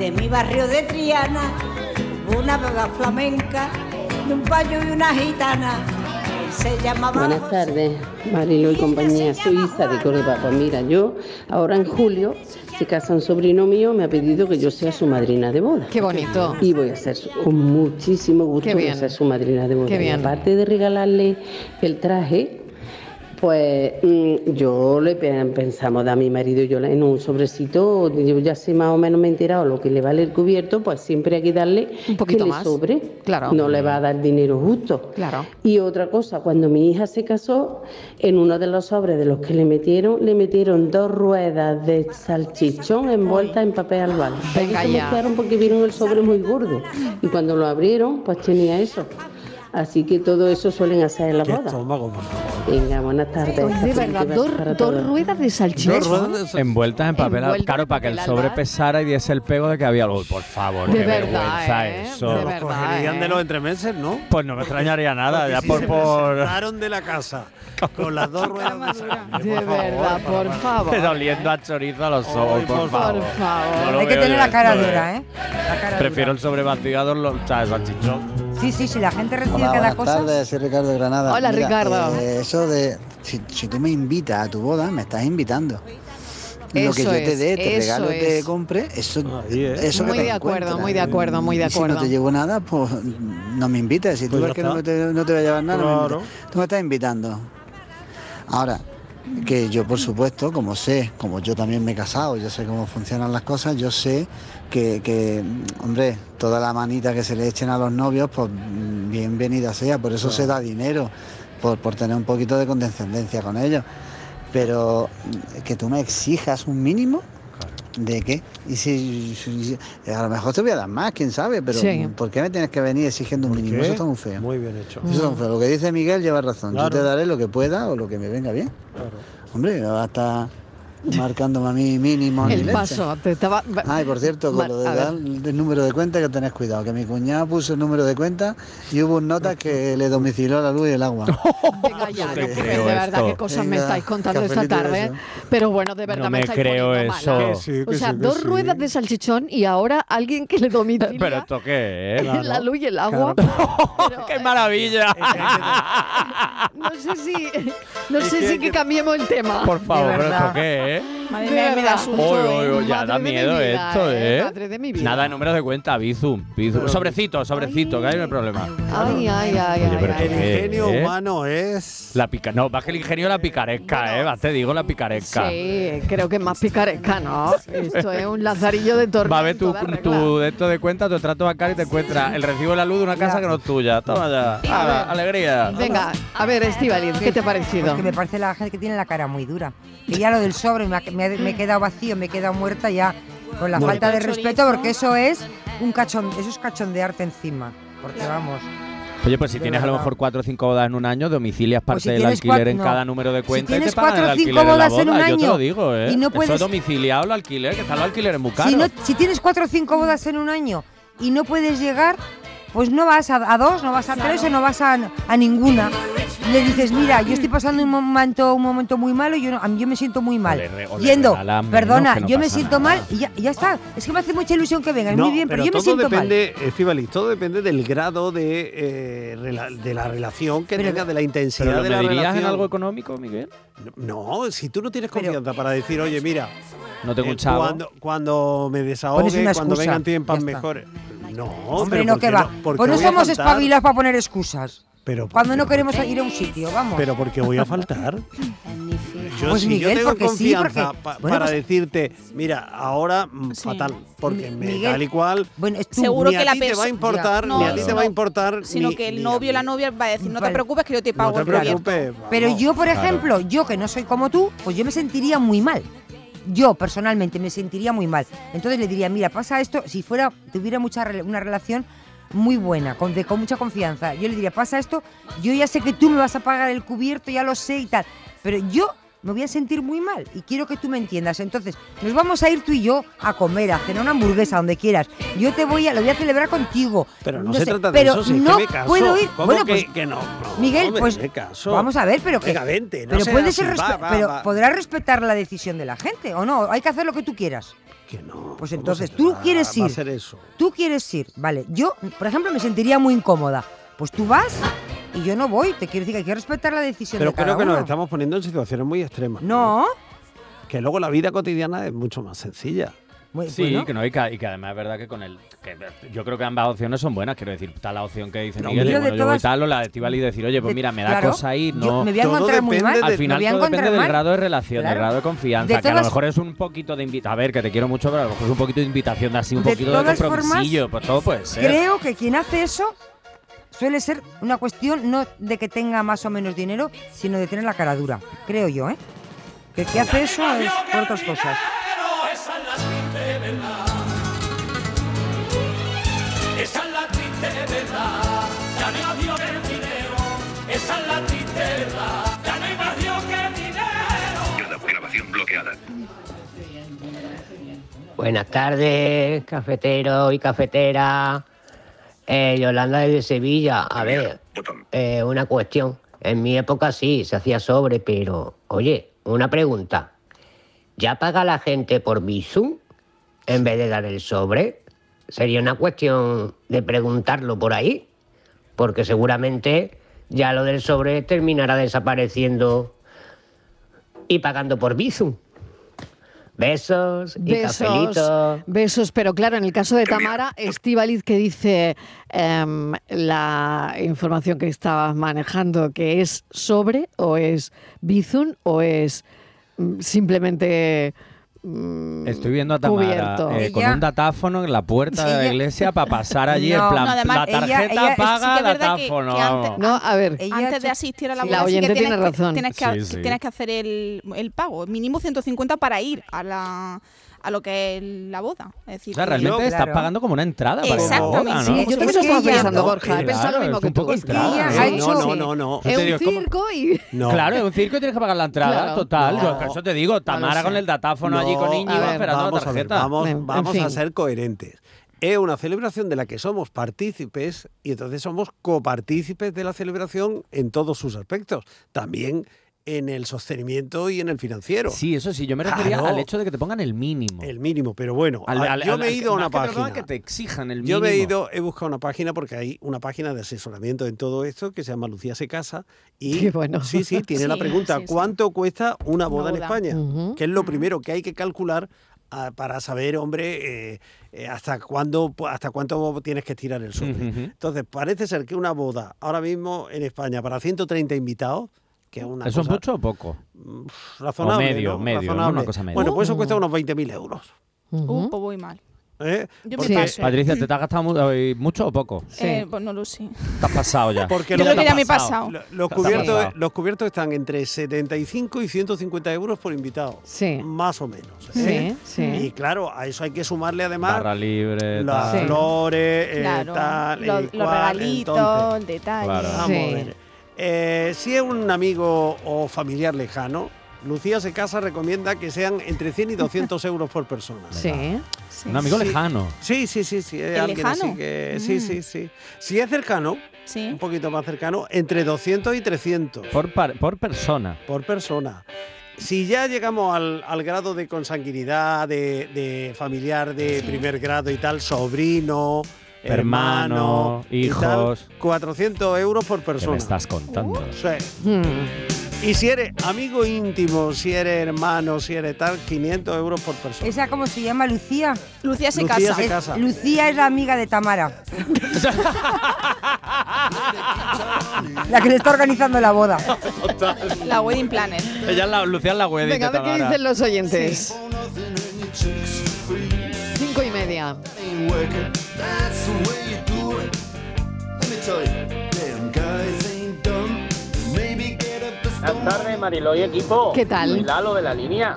de mi barrio de Triana, una vaga flamenca, de un payo y una gitana. Él se llamaba
Buenas tardes, Marilo y compañía. Soy Isa de Córdoba. Pues mira, yo ahora en julio se casa un sobrino mío, me ha pedido que yo sea su madrina de boda.
Qué bonito.
Y voy a ser su- con muchísimo gusto
Qué
voy a
bien.
ser su madrina de boda.
Qué
Y
bien.
aparte de regalarle el traje, pues mm, yo le pe- pensamos dar a mi marido y yo le- en un sobrecito, yo ya sé más o menos me he enterado lo que le vale el cubierto, pues siempre hay que darle
Un poquito
que le
más.
sobre.
Claro.
No le va a dar dinero justo.
Claro.
Y otra cosa, cuando mi hija se casó, en uno de los sobres de los que le metieron, le metieron dos ruedas de salchichón envueltas en papel albal.
Venga
Ellos se
ya.
mezclaron porque vieron el sobre muy gordo. Y cuando lo abrieron, pues tenía eso. Así que todo eso suelen hacer en la boda. Venga, buenas tardes.
De verdad, dos, dos ruedas de salchichón.
Envueltas en
Envueltas
papel albal.
en
Claro, para que el
papel
sobre
albal.
pesara y diese el pego de que había algo. Por favor,
De
qué
verdad,
vergüenza
¿eh?
eso.
De verdad, ¿eh?
Cogerían de los entremeses, ¿no?
Pues no me extrañaría nada,
Porque
ya
si
por.
se
por...
presentaron de la casa con las dos ruedas de sangre,
De
por favor,
verdad, por favor.
Oliendo a chorizo a los ojos, por,
¿eh? por
favor.
favor.
No lo
Hay que
veo
tener
yo
la cara
esto,
dura, ¿eh?
Prefiero el sobre vacío a dos lo- o sea, salchichón.
Sí, sí, si la gente recibe
Hola,
cada
buenas
cosa.
tardes, soy Ricardo de Granada.
Hola, Ricardo.
eh, eso de, si, si tú me invitas a tu boda, me estás invitando. Lo que
Eso
yo te
es,
dé, te
eso
regalo, te
es.
compre, eso, eso
Muy
que te
de acuerdo,
encuentras.
muy de acuerdo, muy de
Y Si
acuerdo.
no te llevo nada, pues no me invitas. Si tú
Pues ya
ves que no
está.
te, no te voy a llevar nada, no me
Claro.
invitas. tú me estás invitando. Ahora, que yo por supuesto, como sé, como yo también me he casado, yo sé cómo funcionan las cosas, yo sé que, que, mm, hombre, toda la manita que se le echen a los novios, pues bienvenida sea, por eso se da dinero, por, por tener un poquito de condescendencia con ellos. Pero mm, que tú me exijas un mínimo. ¿De qué? Y si, si- a lo mejor te voy a dar más, quién sabe, pero mm,
Sí.
¿por qué me tienes que venir exigiendo un mínimo?
¿Qué?
Eso está muy feo.
Muy bien hecho.
Eso
Mm.
son fe- Lo que dice Miguel lleva razón.
Claro.
Yo te daré lo que pueda o lo que me venga bien. Hombre, va a estar marcándome a mí mínimo. ni
El
leche.
paso. te estaba-
Ay, por cierto, con
Mar-
lo de
a ver.
dar el número de cuenta que tenés cuidado, que mi cuñado puso el número de cuenta y hubo un nota que le domiciló la luz y el agua.
Venga ya,
No
no
te
puede,
creo
de verdad,
esto.
qué cosas me
Venga,
estáis contando esta
cafelito
tarde.
eso.
Pero bueno, de verdad
No
me,
me
estáis
creo
poniendo
eso.
mala.
Que sí,
o
que
sea,
sí, que
dos
sí.
ruedas de salchichón y ahora alguien que le domicile
Pero eh, esto qué es.
la luz eh, y el agua.
¡Qué maravilla!
No sé si, no
Es
sé
que-
si que cambiemos el tema.
Por favor,
De
pero
verdad.
esto qué es.
Madre
De
mía, me da
verdad.
susto.
Oy, oy,
¿eh?
oy, ya
Madre
da
de mi
miedo
vida,
esto, ¿eh?
Madre de mi vida.
Nada de números de cuenta, Bizum. bizum. Sobrecito, sobrecito, que ahí no hay problema.
Ay, ay, ay, ay.
pero
El
esto qué
ingenio
es. ¿Eh?
humano es.
La pica no, más que el ingenio la picaresca, eh, va, te digo la picaresca.
Sí, creo que más picaresca, ¿no? Esto es un lazarillo de tormento.
Va a ver tu,
la regla.
tu de esto de cuenta, tu extracto bancario y te encuentras el recibo de la luz de una casa que no es tuya. Toma ya.
A ver.
Ala, alegría.
Venga, a ver, Estivaliz, ¿qué te ha parecido?
Porque me parece la gente Pues que tiene la cara muy dura. Que ya lo del sobre me, ha- me ha- me he quedado vacío, me he quedado muerta ya con la
Bueno.
falta de
Chorizo.
respeto, porque eso es un cachón, eso es cachondearte encima. Porque vamos.
Oye, pues si
De
tienes a lo
verdad.
mejor cuatro o cinco bodas en un año, domicilias parte
Pues si
del
tienes
alquiler
cuatro-
en
no.
cada número de
Si
cuenta y
tienes
te pagan
cuatro o
el
cinco
alquiler de la
bodas en
boda.
un
Yo te
año
lo digo, ¿eh?
y no
Eso
puedes-
es domiciliado al alquiler, que está el alquiler es muy caro.
Si, no- si tienes cuatro o cinco bodas en un año y no puedes llegar, pues no vas a, a dos, no vas a tres o no vas a, a ninguna. Le dices, mira, yo estoy pasando un momento, un momento muy malo y yo, no- a mí- yo me siento muy mal.
le re- o le
Yendo,
regalan menos,
perdona,
que no
yo me
pasa
siento
nada.
mal y ya, y ya está. Es que me hace mucha ilusión que vengan, muy bien, pero, yo me
todo
siento mal.
depende, Estíbaliz, todo depende del grado de, eh, rela- de la relación que tengas, de la intensidad
¿Pero lo
de la
medirías
relación.
en algo económico, Miguel?
No, si tú no tienes confianza para decir, oye, mira,
No tengo
eh,
un chavo.
Cuando, cuando me desahogue,
Pones una
cuando
excusa,
vengan tiempos
ya está.
mejores. No,
Hombre,
pero
no,
¿por
que
qué
va.
¿Por qué
pues no
voy a
somos
faltar?
espabilados para poner excusas.
Pero,
Cuando no queremos ir a un sitio, vamos.
pero ¿por qué voy a faltar? Yo,
Pues
si yo
Miguel,
tengo
porque sí,
confianza
porque-
pa-
bueno,
para
pues-
decirte, mira, ahora mm, fatal, porque me,
Miguel,
tal y cual,
Bueno, es tú.
Seguro
ni
que
a
la
ti te va a
perso-
importar,
No,
ni a ti te
sino-
va a importar,
Sino
ni-
que el
ni a
novio o
mí.
la novia va a decir, no te
Vale.
preocupes que yo te
No
pago
te
el cubierto.
preocupes.
Pero
vamos.
yo, por
Claro.
ejemplo, yo que no soy como tú, pues yo me sentiría muy mal. Yo personalmente me sentiría muy mal. Entonces le diría, mira, pasa esto, si fuera, tuviera mucha rela- una relación muy buena, con, de- con mucha confianza, yo le diría, pasa esto, yo ya sé que tú me vas a pagar el cubierto, ya lo sé y tal, pero yo me voy a sentir muy mal y quiero que tú me entiendas. Entonces, nos vamos a ir tú y yo a comer, a cenar una hamburguesa, donde quieras. Yo te voy a, lo voy a celebrar contigo.
Pero no, se
sé,
trata de
pero
eso, si es que
no
me caso.
puedo ir.
¿Cómo
Bueno,
que,
pues
que no, no,
Miguel,
hombre,
pues
me caso.
vamos a ver, pero que
Venga, vente, no
pero
seas
puede ser
así,
respe-
va, va,
pero
va.
podrás respetar la decisión de la gente o no, hay que hacer lo que tú quieras.
Que no.
Pues
¿cómo
entonces
se
tú
trata?
quieres
Va a
ir.
ser eso.
Tú quieres ir, vale. Yo, por ejemplo, me sentiría muy incómoda. Pues tú vas y yo no voy. Te quiero decir que hay que respetar la decisión
Pero
de cada
creo que nos
uno.
estamos poniendo en situaciones muy extremas.
No.
Que luego la vida cotidiana es mucho más sencilla.
Muy-
Sí,
bueno.
que no, y que, Ah, y que además es verdad que con el. que yo creo que ambas opciones son buenas. Quiero decir, tal la opción que dice
No,
Miguel, de,
yo de
bueno, yo voy
todas-
tal, o la de Estíbal y decir, oye, pues
de-
mira, me da
claro,
cosa ir,
yo
no.
me voy a
Todo
encontrar muy
depende
mal.
de-
Al final
me voy a
todo depende
encontrar
del
mal.
grado de relación,
Claro.
del grado de confianza,
De
que a lo
todas-
mejor es un poquito de invitación. A ver, que te quiero mucho, pero a lo mejor es un poquito de invitación de así, un
De
poquito de
todas formas,
compromisillo, pues todo puede ser.
Creo que quien hace eso suele ser una cuestión no de que tenga más o menos dinero, sino de tener la cara dura. Creo yo, ¿eh? Que el que hace eso es por otras cosas.
Esa es la triste verdad, ya no hay adiós que el dinero. Esa es la triste verdad, ya no hay más Dios que el dinero. Grabación bloqueada.
Buenas tardes, cafetero y cafetera. Eh, Yolanda desde Sevilla. A ver, eh, una cuestión. En mi época sí, se hacía sobre, pero oye, una pregunta. ¿Ya paga la gente por Bizum en vez de dar el sobre? Sería una cuestión de preguntarlo por ahí, porque seguramente ya lo del sobre terminará desapareciendo y pagando por Bizum. Besos y cafelitos.
besos, pero claro, en el caso de Tamara, Estivaliz que dice em, la información que estabas manejando, que es sobre o es bizun o es mm, simplemente mm,
Estoy viendo a Tamara
Cubierto.
eh, con
Ella-
un datáfono en la puerta de la
Ella-
iglesia para pasar allí
No.
en plan,
No, además,
la
ella-
tarjeta
ella- sí que
paga
es verdad que-
datáfono.
que antes-
vamos.
No, a ver.
Antes de asistir a la
Sí,
boda, sí
la
que
oyente
tienes
tiene
que-
razón.
tienes, que,
Sí, sí.
tienes que hacer el, el pago, mínimo 150 para ir a la a lo que es la boda. Es decir,
O sea,
que-
realmente estás pagando como una entrada para esa boda,
Exactamente, sí,
¿no?
yo también lo estaba pensando,
Borja, he pensado lo
Claro,
mismo
es
que
un
tú.
poco
Es que
entrada,
ella
¿eh?
ha hecho-
No, no, no, no. Yo
Es
te
un
digo, es como-
circo y...
Claro, es un circo y tienes que pagar la entrada,
Claro.
total.
No.
Yo, por eso te digo, Tamara
sé.
con el datáfono allí con
No,
Íñigo
a ver,
esperando la
vamos a ver,
tarjeta.
vamos vamos a ser coherentes. Es una celebración de la que somos partícipes y entonces somos copartícipes de la celebración en todos sus aspectos. También en el sostenimiento y en el financiero.
Sí, eso sí, yo me refería
Claro.
al hecho de que te pongan el mínimo. El
mínimo, pero bueno, a- yo me he ido a una página.
que te exijan el
Yo
mínimo.
me he ido, he buscado una página porque hay una página de asesoramiento en todo esto que se llama Lucía se casa y
Qué bueno.
sí, sí, tiene la
Sí,
pregunta
sí, sí.
¿cuánto cuesta una boda en
boda.
España?
Ujú.
Que es lo primero que hay que calcular ah, para saber, hombre, eh, eh, hasta cuándo, pu- hasta cuánto tienes que tirar el sobre. Entonces, parece ser que una boda ahora mismo en España para 130 invitados, que es una
¿Eso es
cosa Mm,
mucho o poco?
razonable,
O medio,
¿no?
medio, ¿no?
Razonable.
Una cosa media.
Bueno,
Mm.
pues eso cuesta unos 20.000 euros.
Uh, pues voy mal.
¿eh?
Yo me
Porque-
paso.
Patricia, ¿te, te has gastado mu- hoy mucho o poco?
Eh, pues no lo sé.
Te has pasado ya.
Porque
Yo
los-
creo que ya me he pasado.
Lo- Los
Te has
cubiertos,
pasado.
los cubiertos están entre 75 y 150 euros por invitado.
Sí.
Más o menos.
Sí,
¿eh?
sí.
Y claro, a eso hay que sumarle además
Barra libre,
las
tal.
flores, eh,
Claro,
tal, y
los, los
cual,
regalitos,
entonces.
el detalle.
Claro.
Vamos a ver. Eh, si es un amigo o familiar lejano, Lucía se casa recomienda que sean entre 100 y 200 euros por persona.
Sí.
Un amigo
Sí.
lejano.
Sí, sí, sí, sí. es
¿El
alguien así
lejano? Mm.
que- sí, sí, sí. Si es cercano, un poquito más cercano, entre 200 y 300
Por, par- por persona.
por persona. Si ya llegamos al, al grado de consanguinidad, de, de familiar de primer grado y tal, sobrino, hermano,
Hermano,
y tal,
hijos.
400 euros por
¿Qué me
persona.
estás contando?
Sí.
Hmm.
Y si eres amigo íntimo, si eres hermano, si eres tal, 500 euros por persona.
¿Esa cómo se llama? ¿Lucía?
Lucía
se Lucía casa. se casa.
Lucía es la amiga de Tamara. la que le está organizando la boda.
La wedding planner.
Ella es la, Lucía es la wedding
Venga, a
de
ver qué
Tamara.
dicen los oyentes. Cinco y media.
ain't working. That's the way you do it. Let me tell you, damn guys ain't dumb. Maybe get a
Ah,
Buenas tardes, Mariló y equipo.
¿Qué tal?
Soy Lalo de la línea.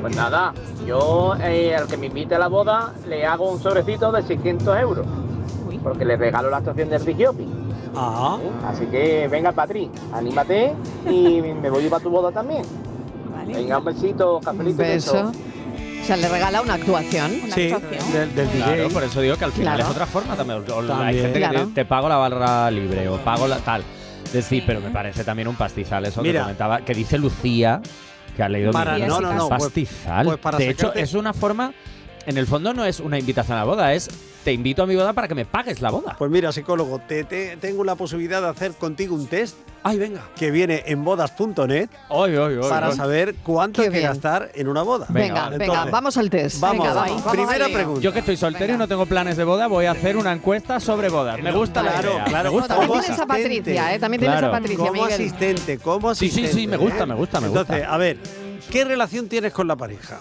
Pues nada, yo eh, al que me invite a la boda le hago un sobrecito de 600 euros. Porque le regalo la actuación del Big Yopi.
Ah.
¿Sí? Así que venga, Patri, anímate y me voy para tu boda también. Venga, un besito,
Un
cafelito. y
beso. O sea, le regala una actuación.
del, Claro, por eso digo que al final
Claro.
es otra forma también. O- o- Hay
También.
gente que
Claro.
te, te pago la barra libre o pago la tal. Decir, pero me parece también un pastizal eso
Mira.
que comentaba, que dice Lucía, que ha leído
Para-
mi-
no, no, no,
un
pues-
pastizal.
pues para
de hecho,
sacarte-
es una forma, en el fondo no es una invitación a la boda, es te invito a mi boda para que me pagues la boda.
Pues mira, psicólogo, te, te- tengo la posibilidad de hacer contigo un test.
Ay, venga.
Que viene en bodas.net
Hoy, hoy, hoy.
para saber cuánto hay que gastar en una boda.
Venga, venga,
Entonces,
vamos al test.
Vamos,
Venga,
vamos.
vamos.
Primera
al lío.
pregunta.
Yo que estoy soltero y no tengo planes de boda, voy a hacer una encuesta sobre bodas. Me gusta la
Claro,
idea.
claro.
No,
Me gusta.
también
me
tienes
gusta.
a Patricia, ¿eh? También tienes a
Claro.
Patricia,
como
Miguel.
asistente, como
Sí, sí,
asistente.
sí, me gusta, me gusta, me gusta.
eh? Entonces, a ver, ¿qué relación tienes con la pareja?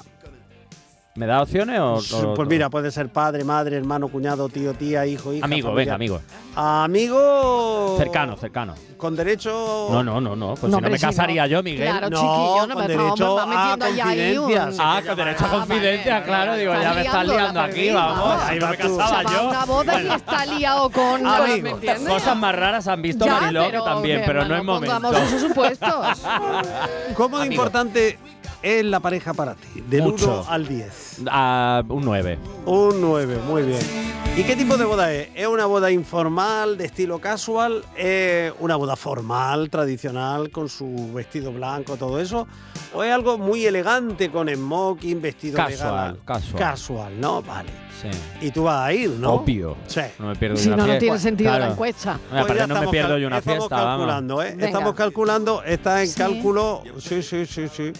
¿Me da opciones o, o-
pues mira, puede ser padre, madre, hermano, cuñado, tío, tía, hijo, hija. Oh.
Amigo, venga,
familiar.
amigo.
Amigo.
Cercano, cercano.
Con derecho.
No, no, no, no. Pues si no
hombre,
me
si no.
casaría yo, Miguel.
Claro, chiquillo, no
con
me
derecho
va metiendo
a
ya ahí un...
confidencias.
Ah, con derecho a confidencia, claro. Digo, ya me estás liando aquí, vamos.
Ahí
Ahí no
va
me
tú.
casaba
Se va a
yo.
una boda y
Bueno.
está liado con...
Amigo,
¿me entiendes?
cosas más raras han visto
Ya,
Mariló que
pero
también,
que
pero no
no
es momento.
pongamos esos supuestos.
¿Cómo de
Amigo.
importante es la pareja para ti? Del
Mucho.
1 al 10.
Ah, un 9.
Un 9, muy bien. ¿Y qué tipo de boda es? ¿Es una boda informal, de estilo casual? ¿Es una boda formal, tradicional, con su vestido blanco, todo eso? ¿O es algo muy elegante, con smoking, vestido de gala?
Casual, casual.
Casual, ¿no? Vale.
Sí.
Y tú vas a ir, ¿no?
Obvio.
Sí. Pues
No me pierdo
Si
una
no, no
fiesta.
tiene sentido la
Claro.
encuesta.
Mira, aparte
ya
no me
estamos
pierdo
cal-
yo una
estamos
fiesta, vamos.
calculando, ¿eh?
Venga.
Estamos calculando, está en
Sí.
cálculo. Sí, sí, sí, sí.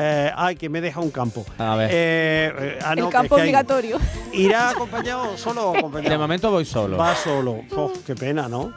Eh, ay, que me deja un campo.
A ver.
Eh, eh, ah, no,
el
que
campo
es que hay-
obligatorio.
¿Irá acompañado solo o acompañado?
De momento voy solo.
Va solo. Oh, qué pena, ¿no?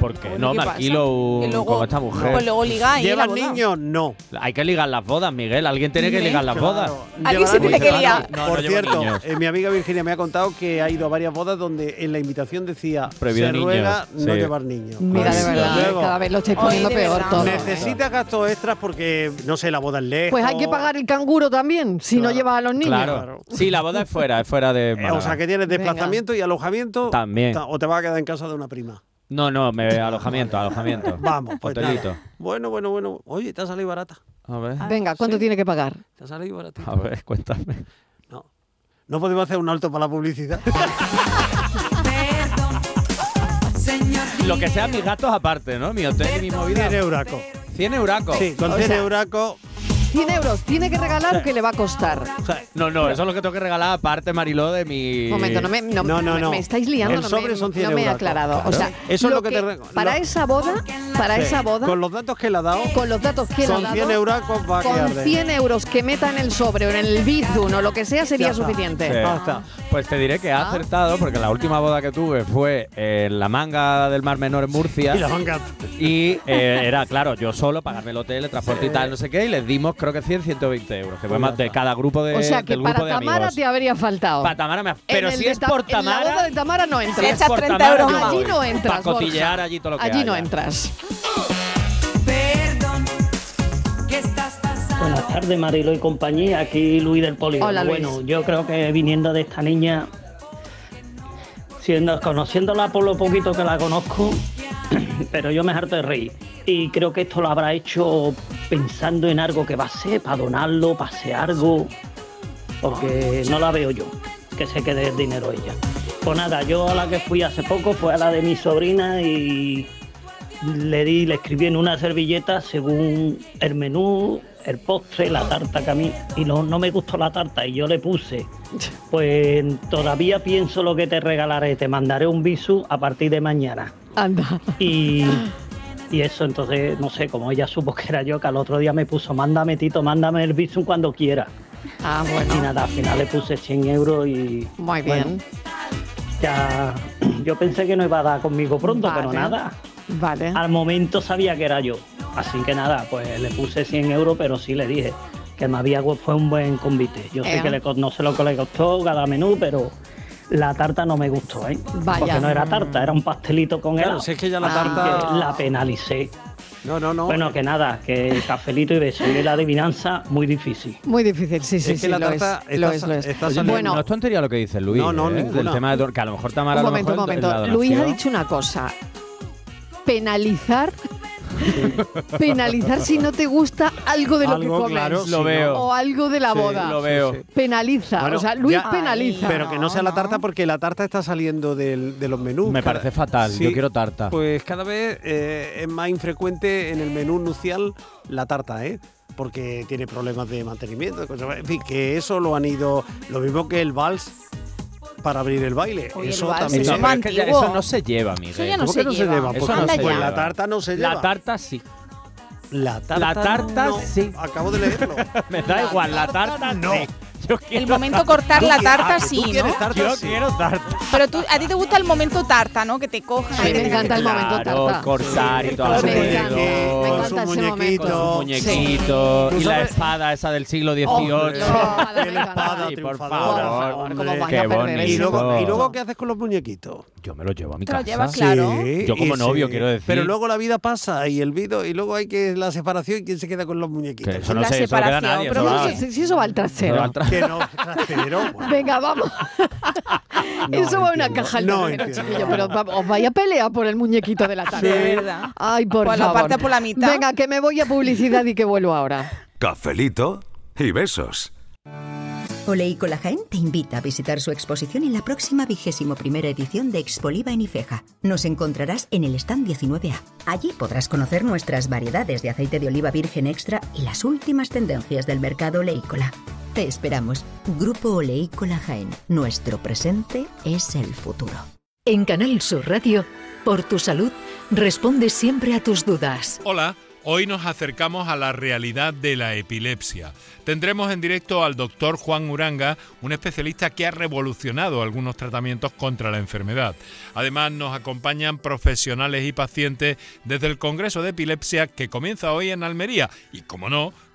Porque no
¿qué
me
pasa?
alquilo
Y
un-
luego-
con esta mujer.
pues luego ligáis,
¿Llevan
la boda.
niños? No.
Hay que ligar las bodas, Miguel. Alguien tiene que
Dime.
ligar las
Claro.
bodas.
Alguien se tiene que liar.
No, no
Por
llevo
cierto,
niños.
eh, mi amiga Virginia me ha contado que ha ido a varias bodas donde en la invitación decía
Prohibido
se
niños,
ruega no
sí.
llevar niños.
Mira, de
Así
verdad, eh,
luego.
cada vez lo estáis poniendo
de
peor
verdad.
todo.
Necesitas gastos extras porque, no sé, la boda es lejos.
Pues hay que pagar el canguro también, si no llevas a los niños.
Claro. Sí, la boda es fuera, es fuera de.
Eh, o sea,
Málaga.
que tienes desplazamiento y alojamiento.
También.
ta- O te vas a quedar en casa de una prima.
No, no, me, alojamiento, alojamiento.
Vamos, pues nada.
Hotelito.
Bueno, bueno, bueno. Oye, te ha salido barata.
A ver,
Venga, ¿cuánto tiene que pagar?
Te ha salido barata.
a ver, cuéntame.
No podemos hacer un alto para la publicidad.
Lo que sean mis gastos aparte, ¿no? Mi hotel y mi movida.
100 euracos.
100 euracos.
Sí, con
O
100
sea,
euracos.
100 euros, ¿tiene que regalar o que le va a costar?
o sea,
No, no, eso es lo que tengo que regalar aparte, Mariló, de mi.
Momento, no me, no,
No, no,
me-
no.
me estáis liando,
El
no,
sobre
me,
son 100
no me he
euros.
aclarado.
Claro.
O sea,
Eso es lo que te re-
para
lo-
esa boda, para
Sí,
esa boda,
Con los datos que le ha dado.
con los datos que le ha
Con
dado,
100 euracos va a quedar
con
de-
100 euros que meta en el sobre o en el bizun o lo que sea
Ya
sería
está.
suficiente.
Sí. Pues te diré que
Ah.
ha acertado porque la última boda que tuve fue en la manga del Mar Menor en Murcia.
Y la manga.
Y, eh, era, claro, yo solo, pagarme el hotel, el transporte y tal, no sé qué, y les dimos creo que 100, 120 euros, que fue más de cada grupo de
o sea que
Eh, del grupo
para
de
Tamara
amigos.
te habría faltado.
Para Tamara me ha-
En
Pero
el
si
de
es
Ta-
por
En la boda
Tamara,
de Tamara no entras.
si es por Tamara, yo
Allí
voy.
no entras.
Pa' cotillear
Borja.
allí todo lo que
Allí no
haya.
entras.
¿Qué estás pasando?
Buenas tardes, Marilo y compañía. Aquí Luis del Polígono.
Hola, Luis.
Bueno, yo creo que viniendo de esta niña, siendo, conociéndola por lo poquito que la conozco, pero yo me harto de reír. Y creo que esto lo habrá hecho pensando en algo que va a ser, para donarlo, para hacer algo, porque no la veo yo, que se quede el dinero ella. Pues nada, yo a la que fui hace poco fue a la de mi sobrina y le di, le escribí en una servilleta según el menú, el postre, la tarta que a mí y no, no me gustó la tarta y yo le puse, pues todavía pienso lo que te regalaré, te mandaré un bisu a partir de mañana.
Anda.
Y, y eso entonces, no sé, como ella supo que era yo, que al otro día me puso, mándame Tito, mándame el bisu cuando quiera.
Ah, bueno.
Y nada, al final le puse 100 euros y...
Muy bien.
ya, yo pensé que no iba a dar conmigo pronto, pero
Vale.
nada.
Vale.
Al momento sabía que era yo. Así que nada, pues le puse 100 euros, pero sí le dije que me había fue un buen convite. Yo sé
Ea.
que le, co- no sé lo que le costó cada menú, pero la tarta no me gustó, ¿eh?
Vaya.
Porque no era tarta, era un pastelito con
Claro,
helado.
si es que ya la
Así
tarta-
Ah. que la penalicé.
No, no, no.
Bueno, que nada, que cafelito y beso. Y la adivinanza, muy difícil.
Muy difícil, sí,
Es
sí,
que
sí.
la
Lo es,
tarta
lo
está
es,
sa-
lo es.
está
Oye,
Bueno,
no es tontería lo que dice Luis.
No, no,
¿eh? Del
ninguna.
tema de Dor- que a lo mejor
un
Tamara a lo
momento, un
mejor en- en la
momento. Luis ha
donación-
dicho una cosa. Penalizar. Penalizar si no te gusta algo de lo que
Algo,
comes.
claro, Lo si no- veo.
O algo de la
Sí,
boda.
lo veo. Sí, sí.
Penaliza.
Bueno,
o sea, Luis
ya-
penaliza.
Pero que no sea la tarta porque la tarta está saliendo del- de los menús.
Me
Cada-
parece fatal,
Sí,
yo quiero tarta.
Pues cada vez eh, es más infrecuente en el menú nucial la tarta, ¿eh? Porque tiene problemas de mantenimiento. de cosas- En fin, que eso lo han ido. Lo mismo que el vals para abrir el baile.
Oye, el
eso
vals,
también.
eso es No, pero es que ya- antiguo. eso no se lleva, Miguel.
Eso
Eso ya no se
no se
lleva.
lleva?
Eso
Pues-
no se
pues la
lleva.
tarta no se lleva.
La tarta sí.
La
La tarta
no.
sí.
Acabo de leerlo.
Me da igual, la tarta no. ah,
El momento cortar la tarta sí, ¿no?
Yo quiero tarta.
Pero tú, a ti te gusta el momento tarta, ¿no? Que te cojan. ahí, que te-
Claro, cortar y todo.
Me
alrededor,
encanta, me encanta
su
ese
muñequito,
momento.
su muñequito
Sí.
y
Tú
la
sabes-
espada esa del siglo XVIII.
Hombre,
la espada, por favor.
Hombre,
qué bonito.
Y luego, y luego, ¿qué haces con los muñequitos?
Yo me lo llevo a mi
Te lo
casa.
llevas, claro. Sí,
Yo como
y
novio
sí.
quiero decir.
Pero luego la vida pasa y el vido, y luego hay que la separación y quién se queda con los muñequitos.
Que eso no La sé, eso no queda separación, nadie,
Pero
eso
no
va.
sé si- si eso va al trasero.
Eso va al trasero.
Que no, trastero. bueno.
Venga, vamos. Eso va a una caja al
No
trasero,
entiendo.
chiquillo, pero va- os vais a pelear por el muñequito de la tarde.
De verdad.
Ay, por
Por la
favor.
parte por la mitad.
Venga, que me voy a publicidad y que vuelvo ahora.
Cafelito y besos.
Olei Colagén te invita a visitar su exposición en la próxima vigésimo primera edición de Expoliva en Ifeja. Nos encontrarás en el stand 19A. Allí podrás conocer nuestras variedades de aceite de oliva virgen extra y las últimas tendencias del mercado oleícola. Te esperamos. Grupo Oleícola Jaén. Nuestro presente es el futuro.
En Canal Sur Radio, por tu salud, responde siempre a tus dudas.
Hola,
Hoy nos acercamos a la realidad de la epilepsia. Tendremos en directo al doctor Juan Uranga, un especialista que ha revolucionado algunos tratamientos contra la enfermedad. Además, nos acompañan profesionales y pacientes desde el Congreso de Epilepsia que comienza hoy en Almería. Y como no,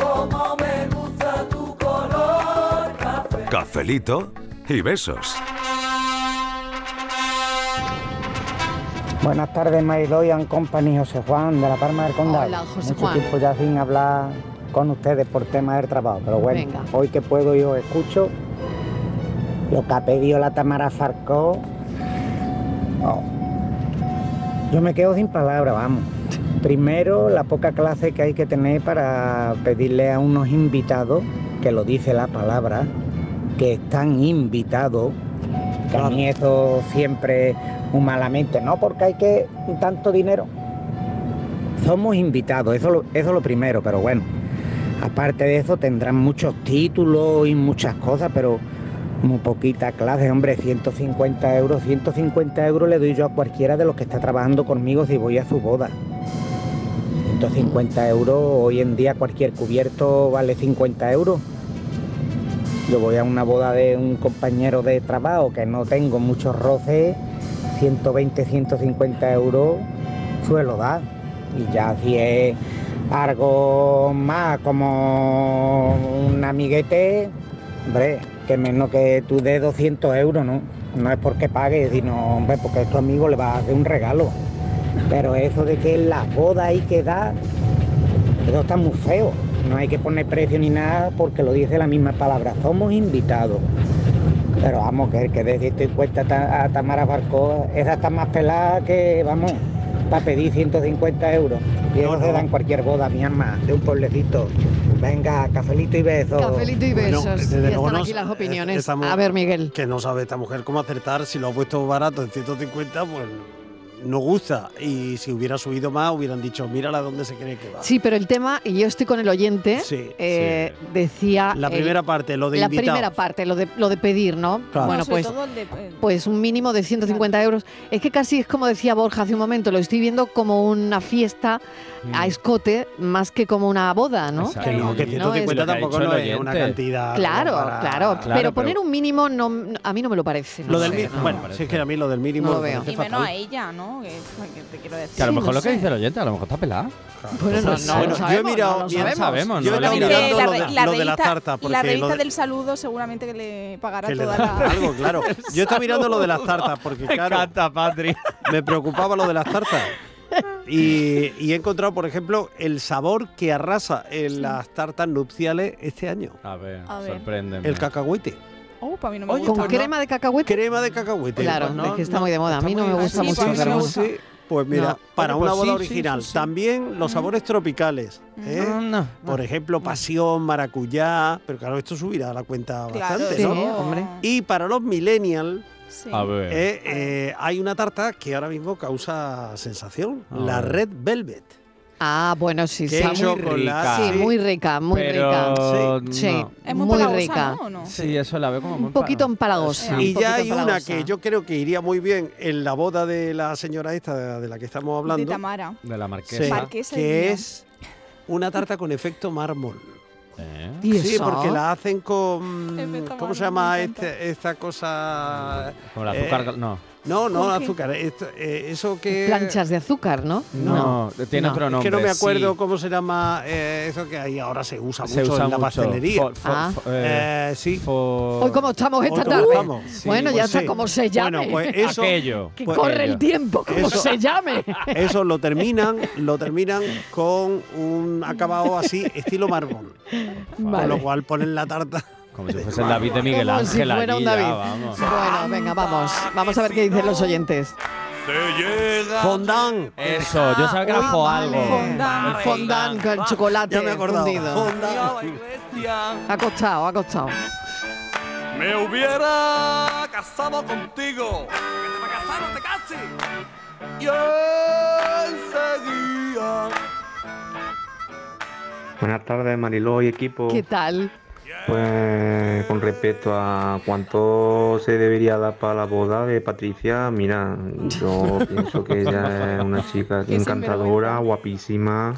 Como me gusta tu color café.
Cafelito y besos.
Buenas tardes, Mariloyan Company, José Juan de La Palma del Condado.
Hola, José
Mucho
Juan.
tiempo pues ya sin hablar con ustedes por tema del trabajo, pero bueno,
Venga.
hoy que puedo yo escucho lo que ha pedido la Tamara Farcó. Oh. Yo me quedo sin palabras, vamos. Primero, la poca clase que hay que tener para pedirle a unos invitados, que lo dice la palabra, que están invitados que a mí eso siempre humanamente, no porque hay que tanto dinero. Somos invitados, eso lo, eso lo primero, pero bueno. Aparte de eso tendrán muchos títulos y muchas cosas, pero muy poquita clase, hombre, 150 euros, 150 euros le doy yo a cualquiera de los que está trabajando conmigo si voy a su boda. 150 euros, hoy en día cualquier cubierto vale 50 euros. Yo voy a una boda de un compañero de trabajo que no tengo muchos roces, 120, 150 euros suelo dar. Y ya si es algo más como un amiguete, hombre, que menos que tú de 200 euros, ¿no? No es porque pague, sino, hombre, porque a tu amigo le vas a hacer un regalo. Pero eso de que en la boda hay que dar, eso está muy feo. No hay que poner precio ni nada porque lo dice la misma palabra. Somos invitados. Pero vamos, que el que dé 150 ta- a Tamara Barco, esa está más pelada que, vamos, para pedir 150 euros. Y eso se da en cualquier boda, mi alma, de un pueblecito. Venga, cafelito y besos.
Cafelito y
Bueno,
besos.
desde
ya
luego
están
nos-
aquí
eh,
las opiniones.
estamos-
A ver, Miguel.
Que no sabe esta mujer cómo acertar. Si lo ha puesto barato en 150, pues no gusta. Y si hubiera subido más, hubieran dicho, mírala dónde se cree que va.
Sí, pero el tema, y yo estoy con el oyente,
Sí,
eh, decía...
La
el-
primera parte, lo de
La
invitados.
primera parte, lo de, lo de pedir, ¿no?
Claro.
Bueno,
No,
sobre
pues,
todo el de- el-
pues un mínimo de 150 euros. Es que casi es como decía Borja hace un momento, lo estoy viendo como una fiesta
Mm.
a escote más que como una boda, ¿no?
Que no, que
es-
150
Lo que ha
tampoco
dicho
no
el
es una
oyente.
cantidad. como
Claro,
para-
claro, Pero poner un mínimo no, no- a mí no me lo parece. no
Lo del
sé,
mínimo,
no.
bueno, si es que a mí lo del mínimo
No lo
me
veo.
parece
Y menos
fatal.
a ella, ¿no? Que, que te quiero decir.
Que a lo
Sí,
mejor
no
lo que
sé.
dice el oyente, a lo mejor está pelada.
Bueno, no sé,
Bueno, yo he mirado,
no lo sabemos.
yo he
no
estado
lo
mirando
la,
lo de,
re- la
lo de la
revista,
tarta, porque
la
lo
revista
de-
del saludo seguramente que le pagará
que le
toda
dará
la...
algo, claro. Yo estaba mirando lo de las tartas, porque claro, me preocupaba lo de las tartas. Y, y he encontrado, por ejemplo, el sabor que arrasa en las tartas nupciales este año.
A ver,
A ver.
sorpréndeme.
El cacahuete.
Oh, para mí no me gusta.
¿Con crema de cacahuete?
Crema de cacahuete.
Claro,
Pues
es
no,
que está
no,
muy de moda. A mí
está
no me
muy-
gusta
sí,
mucho.
sí,
pero
sí,
bueno.
sí. Pues mira,
No.
para
Oye,
una
pues
boda
sí, sí,
original,
sí, sí.
también los sabores tropicales. ¿eh? Por ejemplo, pasión, maracuyá, pero claro, esto subirá a la cuenta
Claro,
bastante,
sí,
¿no?
hombre.
Y para los millennials, A ver. Eh, eh, hay una tarta que ahora mismo causa sensación, la Red Velvet.
Ah, bueno, sí,
Qué
sí.
chocolate.
Sí, muy rica, muy
Pero
rica. Sí,
no.
sí, muy rica.
Sí, eso la veo como muy
Un poquito empalagosa.
Y
un
ya hay
poquito
una
empalagosa.
que yo creo que iría muy bien en la boda de la señora esta de la que estamos hablando.
De Tamara.
De la
Sí,
marquesa.
que es una tarta con efecto mármol.
¿Y
sí,
eso?
porque la hacen con. ¿Cómo se llama este- esta cosa? Eh,
Como el azúcar, no.
No, no,
¿Con qué?
azúcar. esto- eh, eso que.
Planchas de azúcar, ¿no?
No, tiene otro
Es que
nombre.
no me acuerdo
sí.
cómo se llama eh, eso que ahí ahora se usa
Se
mucho
usa
en la
mucho.
pastelería.
For- for- Ah. for- eh,
Eh, sí.
Hoy como estamos esta
Hoy cómo
tarde.
estamos. Sí,
bueno, ya
pues
está
sí.
como se llame.
Bueno, pues eso- Aquello.
que
Pues
corre el
aquello.
tiempo, como
Eso-
se llame.
Eso lo terminan, lo terminan con un acabado así, estilo mármol. Con lo
Vale.
cual ponen la tarta.
Como si fuese el David de Miguel
como si
Ángel.
fuera un
allí ya,
David.
vamos.
Bueno, venga, vamos. Vamos a ver qué dicen los oyentes.
Fondant.
Eso,
Ah,
yo sabía que era Foalgo.
Fondant, fondant con chocolate
Ya me he acordado.
fundido.
Fondant.
Ha costado, ha costado.
Me hubiera casado contigo. Que te va a casar, no te cases. Y él seguía.
Buenas tardes, Mariló y equipo.
¿Qué tal?
Pues con respecto a cuánto se debería dar para la boda de Patricia, mira, yo pienso que ella es una chica
Qué
encantadora, guapísima,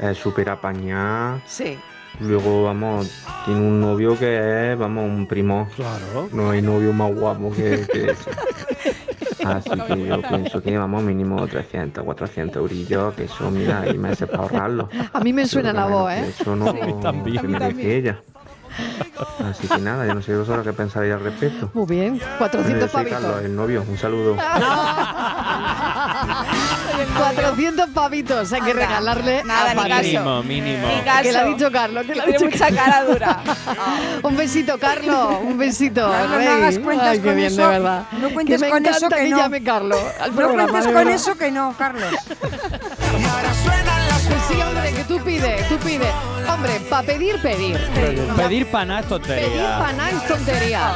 eh, súper apañada.
Sí.
Luego, vamos, tiene un novio que es, vamos, un primo.
Claro.
No hay novio más guapo que, que ese. Así que yo pienso que, vamos, mínimo 300, 400 eurillos, que eso, mira, hay meses para ahorrarlo.
A mí me suena la voz, ¿eh?
Eso no
Sí.
se merece ella. Así que nada, yo no sé vosotros qué pensaréis al respecto.
Muy bien,
Eh,
400
soy
pavitos.
Carlos, el novio. Un saludo.
400 pavitos hay que regalarle
nada,
a
ni
Patricia.
caso.
mínimo.
Ni caso.
Que le ha dicho Carlos, que le ha
Tiene
dicho
mucha cara dura.
un besito, Carlos, un besito.
Carlos, no
rey.
hagas cuentas
Ay, qué
con
bien,
eso.
de verdad.
No cuentes
que me
con eso
encanta
que no.
llame Carlos. al
No
programa,
cuentes
de
con
verdad.
eso que no, Carlos.
Que sí, hombre, que tú pides, tú pides. Hombre, para pedir, pedir.
Pedir paná es
Pedir
tontería.
paná es tontería.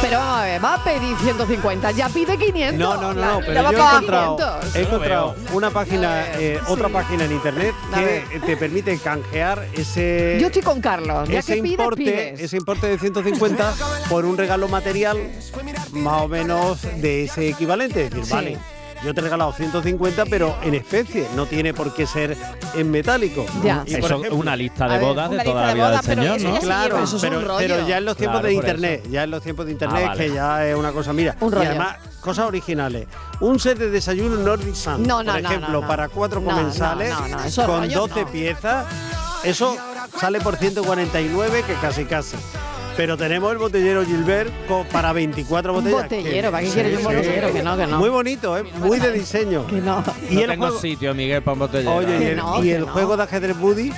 Pero vamos a ver, va a pedir 150, ya pide 500.
No, no, no, no,
Le va
pero
a
yo he
pagar
encontrado,
500.
he encontrado una página, eh, otra página en internet que te permite canjear ese.
Yo estoy con Carlos, ya
ese
que pides,
importe,
pides.
ese importe de 150 por un regalo material más o menos de ese equivalente. Es decir,
Sí.
vale, yo te he regalado 150, pero en especie, no tiene por qué ser en metálico.
Ya.
Y por
Eso,
ejemplo-
una lista de A ver, bodas de una toda lista la de vida del bodas, pero señor, eso ¿no? ya se
Claro,
lleva, eso es un
pero,
rollo.
pero ya en los tiempos
Claro,
de
por
internet, ya en los tiempos de internet,
Ah, vale.
que ya es una cosa, mira,
Un
y
rollo.
además, cosas originales. Un set de desayuno Nordic Sun,
No, no,
por
no,
ejemplo,
no, no.
para cuatro
No, no,
comensales,
no, no, eso
con
rollo
12
no.
piezas, eso sale por 149, que casi casi. Pero tenemos el botellero Gilbert co- para 24
Un
botellas.
botellero,
que-
¿para qué quieres un botellero? Que no, que no.
Muy bonito, ¿eh? Muy de diseño.
Que no.
Y
no
el
tengo
juego-
sitio, Miguel, para un botellero. ¿eh?
Oye, y el, y el juego de ajedrez Buddy,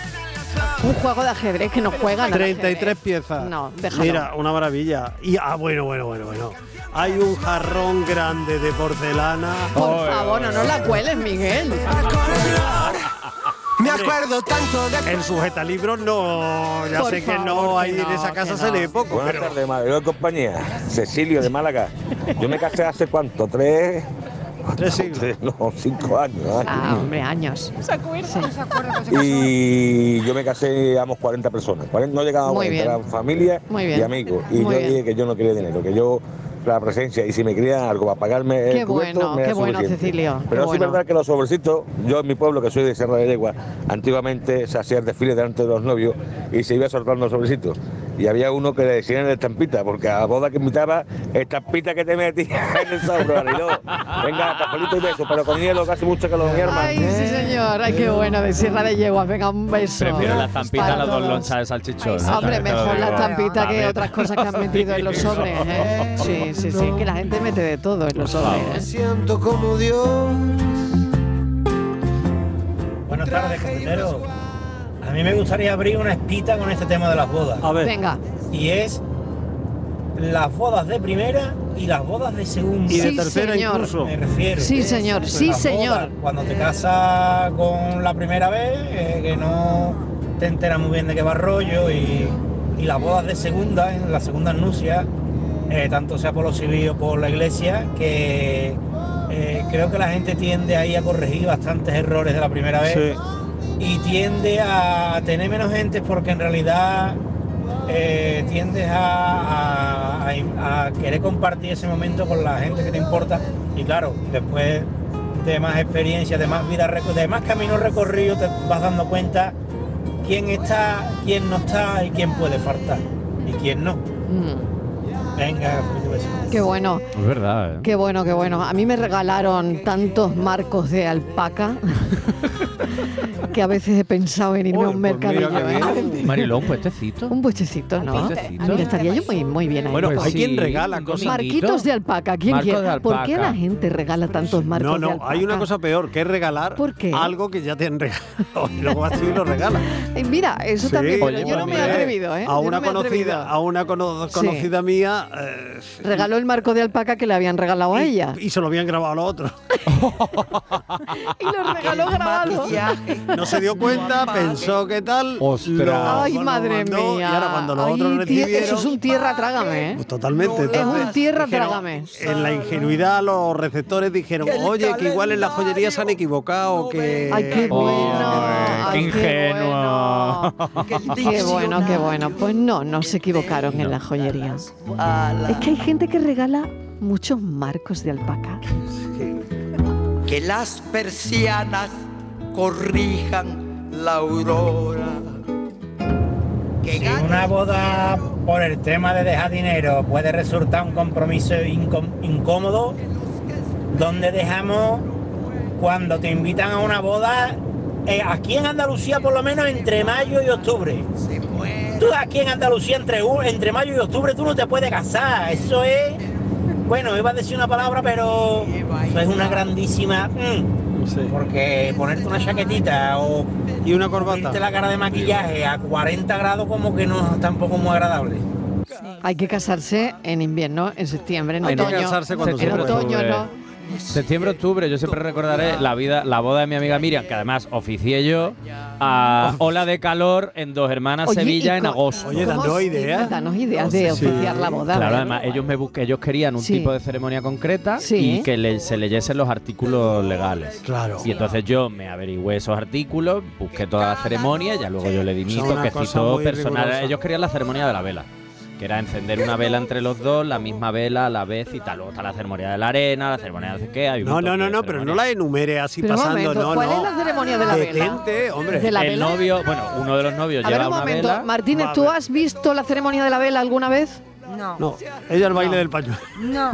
Un juego de ajedrez que no juegan. al
33
ajedrez.
piezas.
No, déjalo.
Mira, una maravilla. Y ah, bueno, bueno, bueno, bueno. Hay un jarrón grande de porcelana.
Por favor, no nos la cueles, Miguel.
Ah,
Me acuerdo tanto de. El sujetalibros no. Ya
Por
sé que no,
favor,
ahí
que
en
no,
esa casa
que
se
no.
lee poco.
Buenas
pero-
tardes, Mariló de compañía. Cecilio de Málaga. Yo me casé hace cuánto, tres.
Tres siglos.
no, cinco años. ¿eh?
Ah, hombre, años.
¿Se acuerda?
¿Se acuerda
que
Y yo me casé, éramos 40 personas. 40 No llegábamos a
Muy
40,
bien.
eran familia
Muy
y
bien.
amigos. Y
Muy
yo
bien.
dije que yo no quería dinero, que yo la presencia y si me querían algo para pagarme el
Qué
cubierto,
bueno,
me era
qué bueno,
suficiente.
Cecilio, qué
Pero sí es
bueno.
verdad que los sobrecitos, yo en mi pueblo, que soy de Sierra de Legua, antiguamente se hacía el desfile delante de los novios y se iba soltando los sobrecitos. Y había uno que le decían el estampita, porque a la boda que invitaba, estampita que te metía en el sobre, Mariló. Venga, papelito y beso, pero con hielo, casi mucho que los mi hermano.
Ay, sí, señor. Ay, qué bueno. De Sierra de Yeguas. Venga, un beso.
Prefiero la zampita a
Para
las dos
todos.
lonchas de salchichón.
Hombre,
También te lo
mejor la
digo.
estampita que
También.
otras cosas que han metido en los sobres. ¿eh? Sí, sí, sí. Que la gente mete de todo en los sobres. ¿eh?
Siento como Dios.
Buenas tardes, cafetero. A mí me gustaría abrir una espita con este tema de las bodas.
A ver.
Venga.
Y es las bodas de primera y las bodas de segunda.
Y de Sí, tercera señor. incluso.
Me refiero.
Sí, señor.
Pues
Sí,
las
señor.
bodas, cuando te casas con la primera vez, eh, que no te enteras muy bien de qué va el rollo. Y, y las bodas de segunda, en la segunda anuncia, eh, tanto sea por los civiles o por la iglesia, que eh, creo que la gente tiende ahí a corregir bastantes errores de la primera vez y tiende a tener menos gente porque en realidad eh, tiendes a, a- a- a querer compartir ese momento con la gente que te importa y claro, después de más experiencia, de más vida, reco- de más camino recorrido te vas dando cuenta quién está, quién no está y quién puede faltar y quién no. Venga, pues, feliz beso.
Mm. Qué bueno.
Es verdad, ¿eh?
Qué bueno, qué bueno. A mí me regalaron tantos marcos de alpaca que a veces he pensado en irme a un
pues
mercadillo. ¿eh?
Marilón, pues este puestecito.
Un puestecito, ¿no? Ah,
puestecito.
Mira, estaría yo muy, muy bien ahí.
Bueno,
Pues
hay
sí,
quien regala
un
cosas.
Marquitos de alpaca. ¿Quién
Marcos
quiere?
de
¿Por qué
alpaca.
la gente regala tantos marcos
No,
de
no,
alpaca?
hay una cosa peor, que es regalar algo que ya te han regalado. Y luego vas tú y lo regalas.
Eh, Mira, eso también,
ah. Sí,
pero yo no me he
también.
atrevido, ¿eh?
A
Yo no
una,
me he atrevido.
conocida, a una cono- conocida mía eh,
Regaló el marco de alpaca que le habían regalado a ella.
y se lo habían grabado a los otros.
Y lo regaló grabado.
No se dio cuenta, pensó que tal. lo-
Ay,
lo
madre
mandó,
mía.
Y ahora cuando los
Ay,
otros
tie- Eso
recibieron.
es un tierra trágame, ¿eh?
pues totalmente.
Es
entonces,
un tierra
dijeron-
trágame.
En la ingenuidad los receptores dijeron,
Que el
oye, que igual en las joyerías se han equivocado, que...
Ay, qué bueno.
qué
ay, qué
ingenuo.
Qué bueno, qué bueno. Pues no, no se equivocaron en la joyería. Es que hay gente que regala muchos marcos de alpaca.
Que las persianas corrijan la aurora.
Si una boda por el tema de dejar dinero puede resultar un compromiso incó- incómodo, donde dejamos cuando te invitan a una boda? Eh, aquí en Andalucía por lo menos entre mayo y octubre. Tú aquí en Andalucía entre, u- entre mayo y octubre tú no te puedes casar. Eso es... Bueno, iba a decir una palabra, pero eso es una grandísima... mm. Porque ponerte una chaquetita o...
Y una corbata.
la cara de maquillaje a 40 grados como que no es tampoco muy agradable.
Hay que casarse en invierno, en septiembre, en
Hay que
otoño.
casarse cuando se
en
puede.
otoño, no.
Septiembre, octubre, yo siempre recordaré la vida, la boda de mi amiga Miriam, que además oficié yo a Ola de Calor en Dos Hermanas
Oye,
Sevilla
¿y
en
co-
agosto.
¿cómo se- Danos ideas de oficiar la boda.
Claro,
¿verdad?
además ellos me busqué, ellos querían un
Sí.
tipo de ceremonia concreta
Sí.
y que le- se leyesen los artículos legales.
Claro.
Y entonces yo me averigüé esos artículos, busqué toda la ceremonia, ya luego yo le di
O
mi
sea, una cosa
toquecito
muy
personal.
rigurosa.
Ellos querían la ceremonia de la vela. Que era encender una vela entre los dos, la misma vela a la vez y tal. Luego está la ceremonia de la arena, la ceremonia de no sé qué. hay un
No,
montón
no, no,
de
no, pero no
ceremonias.
la enumere así
Pero un
pasando,
momento,
no,
¿Cuál
no.
es la ceremonia de la vela?
Detente, hombre.
¿De la
el
vela?
novio, bueno, uno de los novios
A ver,
lleva
un
una
momento.
vela.
Martínez, ¿tú has visto la ceremonia de la vela alguna vez?
No, ella el baile del pañuelo.
No,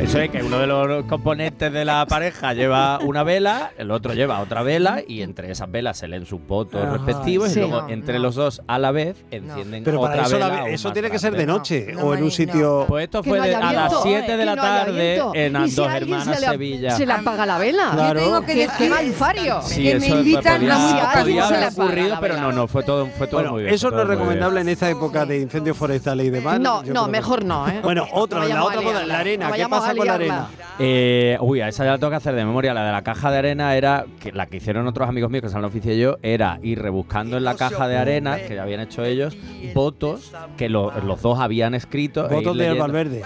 Eso es que uno de los componentes de la pareja lleva una vela, el otro lleva otra vela y entre esas velas se leen sus votos
Ajá,
respectivos
sí.
y luego
No,
entre los dos a la vez encienden
Pero para
otra
eso, la-
vela. aún
eso
más
tiene que ser de
grande.
noche o en un sitio.
Pues esto
Que
fue
no
de-
haya
a las
viento,
7 de
que
la
no haya
tarde
viento.
en
¿Y si
Dos
a alguien
Hermanas
se le, ap-
Sevilla.
Se le apaga la vela.
Claro. Yo tengo
que
Qué- qué
decir-
malfario.
Sí, eso pues, podía,
Si a alguien
podía
se le
haber
apaga
ocurrido,
la
pero no, no, fue todo, fue todo muy bien.
Eso no es
fue todo muy bien.
recomendable en esta época de incendios forestales y demás.
No,
Yo
no,
creo que-
mejor no, ¿eh?
Bueno, otra,
No
la
vayamos
otra
a
boda,
liarla,
la arena.
no
¿Qué
vayamos
pasa
a
con la
liarla.
arena?
Eh, uy, a esa ya la tengo que hacer de memoria. La de la caja de arena era, que la que hicieron otros amigos míos que se han oficio y yo, era ir rebuscando en la caja de arena, que ya habían hecho ellos, votos que lo- los dos habían escrito. e ir
Votos de
leyendo.
Valverde.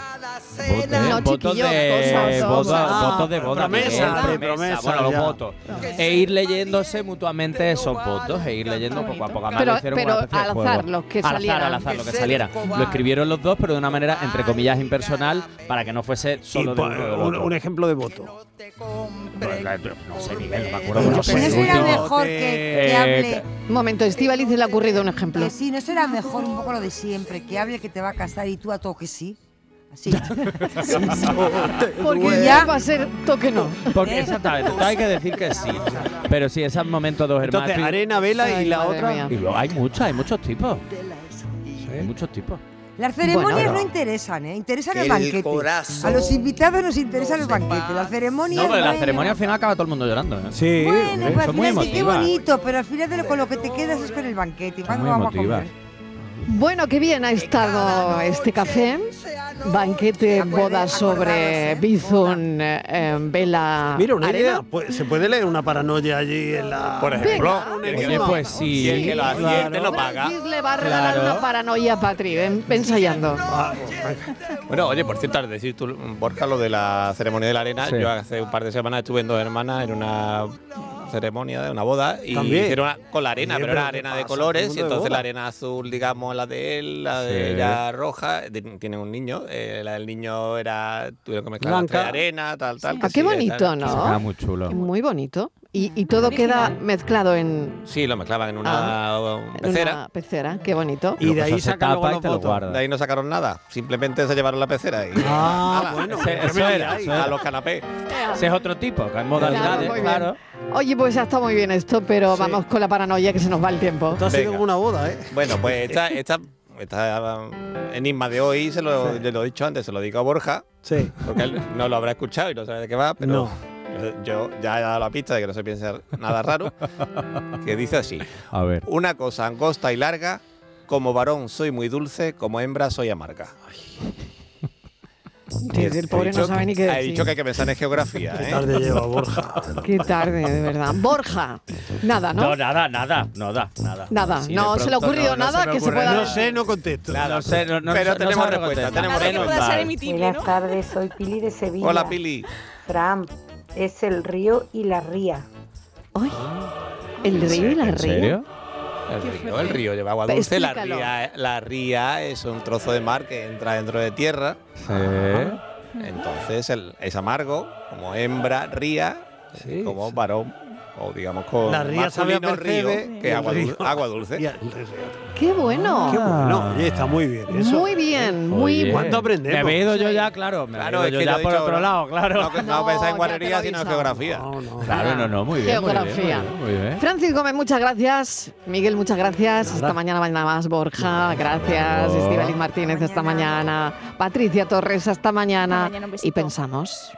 Votos,
No,
votos
chiquillo,
de,
cosas,
votos-
cosas.
votos de boda,
Ah, Promesa,
Miguel,
de promesa,
bueno, los
ya.
votos. E ir leyéndose mutuamente esos votos, e ir leyendo poco a poco. Además,
Pero-
lo hicieron
pero
una especie de
al
juego.
azar, los que
Al azar,
salieran.
al azar, los
Que
que
ser
salieran. Lo
cobarde.
escribieron los dos, pero de una manera, entre comillas, impersonal, para que no fuese solo de
po-
uno del
Pues, un,
otro.
un ejemplo de voto.
No sé, Miguel, no me acuerdo. mucho.
¿No será
Último.
mejor que, que
Eh,
hable?
ca-
Un momento, Estivaliz le ha ocurrido un ejemplo.
Que sí, ¿no será mejor un poco lo de siempre? Que hable el que te va a casar y tú a todo que sí. Así.
Porque ya va a ser toque no.
Porque exactamente, hay que decir que sí. Pero sí, esos momentos dos hermanos.
Entonces, arena, vela y
Ay,
la
madre
otra.
mía.
Y luego hay muchas, hay muchos tipos. Hay muchos tipos.
Las ceremonias
Bueno.
no interesan, ¿eh? Interesan
Que
el
el
banquete.
corazón
A los invitados nos interesa el banquete. Las ceremonias.
No, pero la
bueno.
ceremonia al final acaba todo el mundo llorando. ¿eh?
Sí,
Bueno, pero al
son muy
final sí, qué
emotivas.
bonito, pero al final de lo- con lo que te quedas es con el banquete.
Son
¿Cuándo
muy
vamos a
emotivas.
comer?
Bueno, qué bien ha estado este café. banquete, boda sobre Bizun, eh, eh, vela.
Mira, una
arena.
idea. pues, se puede leer una paranoia allí en la.
Por ejemplo. Venga.
Un
Oye,
enigma.
pues sí. Y el que lo acierte
Claro.
no paga.
Le va a regalar
Claro.
una paranoia a Patri, ven, ven ensayando.
Bueno, oye, por cierto, al decir tú, Borja, lo de la ceremonia de la arena,
Sí.
yo hace un par de semanas estuve en dos hermanas en una ceremonia de una boda y
También.
hicieron una- con la arena,
Bien,
pero
pero
era
¿qué
arena
pasa?
de
Todo el
colores
mundo
y
de
entonces
boda.
la arena azul, digamos, la de él, la de
Sí.
ella roja, de- tiene un niño, eh, la del niño era, tuvieron que mezclar entre
Blanca.
arena, tal, tal.
Ah,
que
qué
sí, que
bonito,
tal.
¿no?
chulo.
Muy bonito. Y, y todo queda mezclado en
Sí, lo mezclaban en una um,
Ah. en
pecera.
una pecera. Qué bonito.
Y de ahí
sacan luego tapa y los te lo votos. guardas.
De ahí no sacaron nada. Simplemente se llevaron la pecera. Y,
Ah,
Ala,
bueno,
pues,
ese-
¿qué
eso
me
era,
diráis?
eso era. A los canapés.
Ese es otro tipo, que hay
Claro,
modalidades,
muy bien.
claro.
Oye, pues ya está muy bien esto, pero
Sí.
vamos con la paranoia que se nos va el tiempo.
Esto ha sido Venga. como
una boda, ¿eh?
Bueno, pues esta, esta, esta, um, enigma de hoy, se lo, yo lo he dicho antes, se lo digo a Borja.
Sí.
Porque él no lo habrá escuchado y no sabe de qué va, pero
No.
yo, yo ya he dado la pista de que no se piensa nada raro. que dice así.
A ver.
Una cosa angosta y larga, como varón soy muy dulce, como hembra soy amarga.
Que el pobre no sabe ni qué
He
decir.
dicho que hay que pensar en geografía. ¿eh?
tarde lleva Borja.
Qué tarde, de verdad. Borja, nada, ¿no?
No, nada, nada, nada, nada.
Nada,
Así de
no se le ha
pronto,
ocurrido
no, no
nada
me
que se
ocurre
pueda.
nada.
no contesto.
Claro, no sé, no- no-
Pero
no
tenemos
sabe
respuesta,
contestar.
tenemos Nada que pueda respuesta. ser emitible,
Buenas tardes, soy Pili de Sevilla.
Hola, Pili.
Fran, es el río y la ría.
¿El río y la ría?
¿En serio? El
Qué
río,
fuerte.
el río lleva agua
Pero
dulce. La
explícalo.
ría, la ría es un trozo de mar que entra dentro de tierra. Entonces el- es amargo, como hembra, ría, eh, como varón, o digamos con
La ría sabe a
masculino, río,
percebe y
que
el
agua, dul-
río-
agua dulce.
¡Qué bueno!
Ah, Qué bueno, oye, está muy bien. Eso.
Muy bien, muy
Oye.
bien.
¿Cuánto aprendemos?
Me he ido yo ya, claro. Me
Claro,
he
es
ido
que
yo
lo
ya
he
por
dicho,
otro
no-
lado, claro.
No, que no pensáis en guarrería,
lo
sino en
avisamos.
geografía.
Claro, no, no, muy bien. muy bien,
Geografía.
muy bien, muy
eh?
bien.
Francis Gómez, muchas gracias. Miguel, muchas gracias. Esta mañana, mañana más. Borja, gracias.
luego.
Estibaliz Martínez, hasta mañana. Patricia Torres, hasta mañana.
Hasta mañana, un besito.
y pensamos.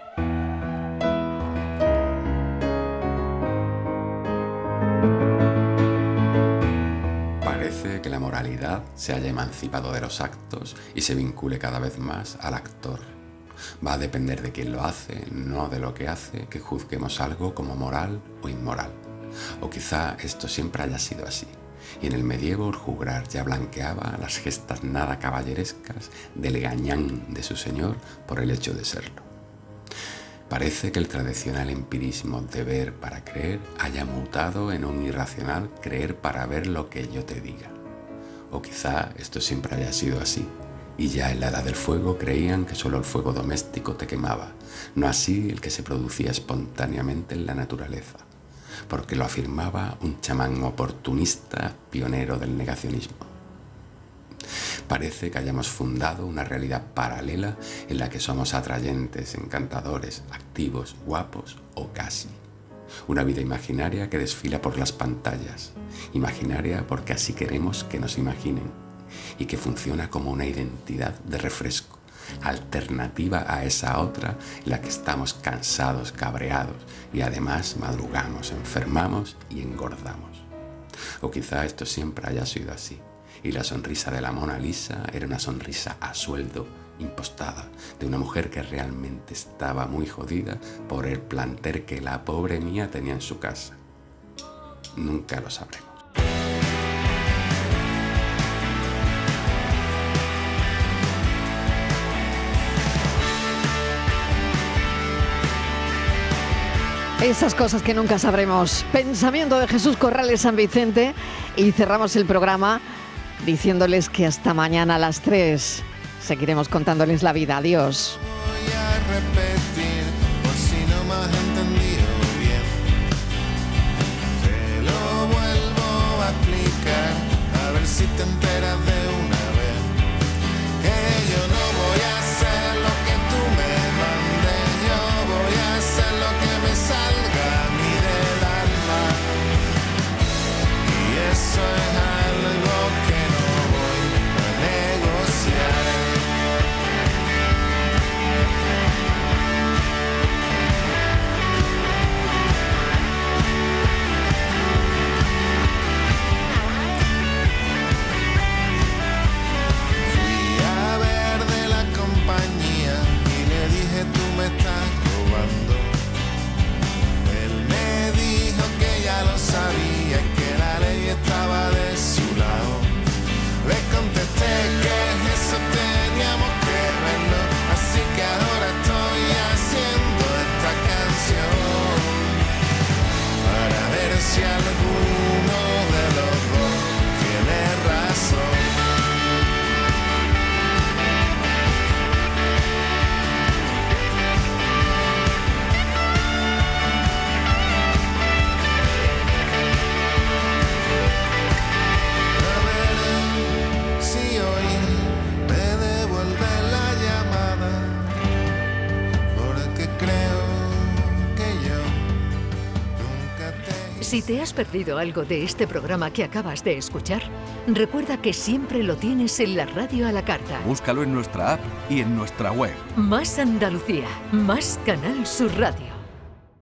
Parece que la moralidad se haya emancipado de los actos y se vincule cada vez más al actor. Va a depender de quién lo hace, no de lo que hace, que juzguemos algo como moral o inmoral. O quizá esto siempre haya sido así. Y en el medievo el juglar ya blanqueaba las gestas nada caballerescas del gañán de su señor por el hecho de serlo. Parece que el tradicional empirismo de ver para creer haya mutado en un irracional creer para ver lo que yo te diga. O quizá esto siempre haya sido así, y ya en la edad del fuego creían que solo el fuego doméstico te quemaba, no así el que se producía espontáneamente en la naturaleza, porque lo afirmaba un chamán oportunista pionero del negacionismo. Parece que hayamos fundado una realidad paralela en la que somos atrayentes, encantadores, activos, guapos o casi. Una vida imaginaria que desfila por las pantallas, imaginaria porque así queremos que nos imaginen, y que funciona como una identidad de refresco, alternativa a esa otra en la que estamos cansados, cabreados, y además madrugamos, enfermamos y engordamos. O quizá esto siempre haya sido así y la sonrisa de la Mona Lisa era una sonrisa a sueldo, impostada, de una mujer que realmente estaba muy jodida por el planter que la pobre mía tenía en su casa. Nunca lo sabremos.
Esas cosas que nunca sabremos. Pensamiento de Jesús Corrales San Vicente. Y cerramos el programa diciéndoles que hasta mañana a las 3 seguiremos contándoles la vida. Adiós.
a repetir por si no me has entendido bien. Te lo vuelvo a explicar, a ver si te enteras de una vez. Que yo no voy a hacer lo que tú me mandes, yo voy a hacer lo que me salga a mí del alma. Y eso es algo que no voy a negociar.
Si te has perdido algo de este programa que acabas de escuchar, recuerda que siempre lo tienes en la radio a la carta.
Búscalo en nuestra app y en nuestra web.
Más Andalucía, más Canal Sur Radio.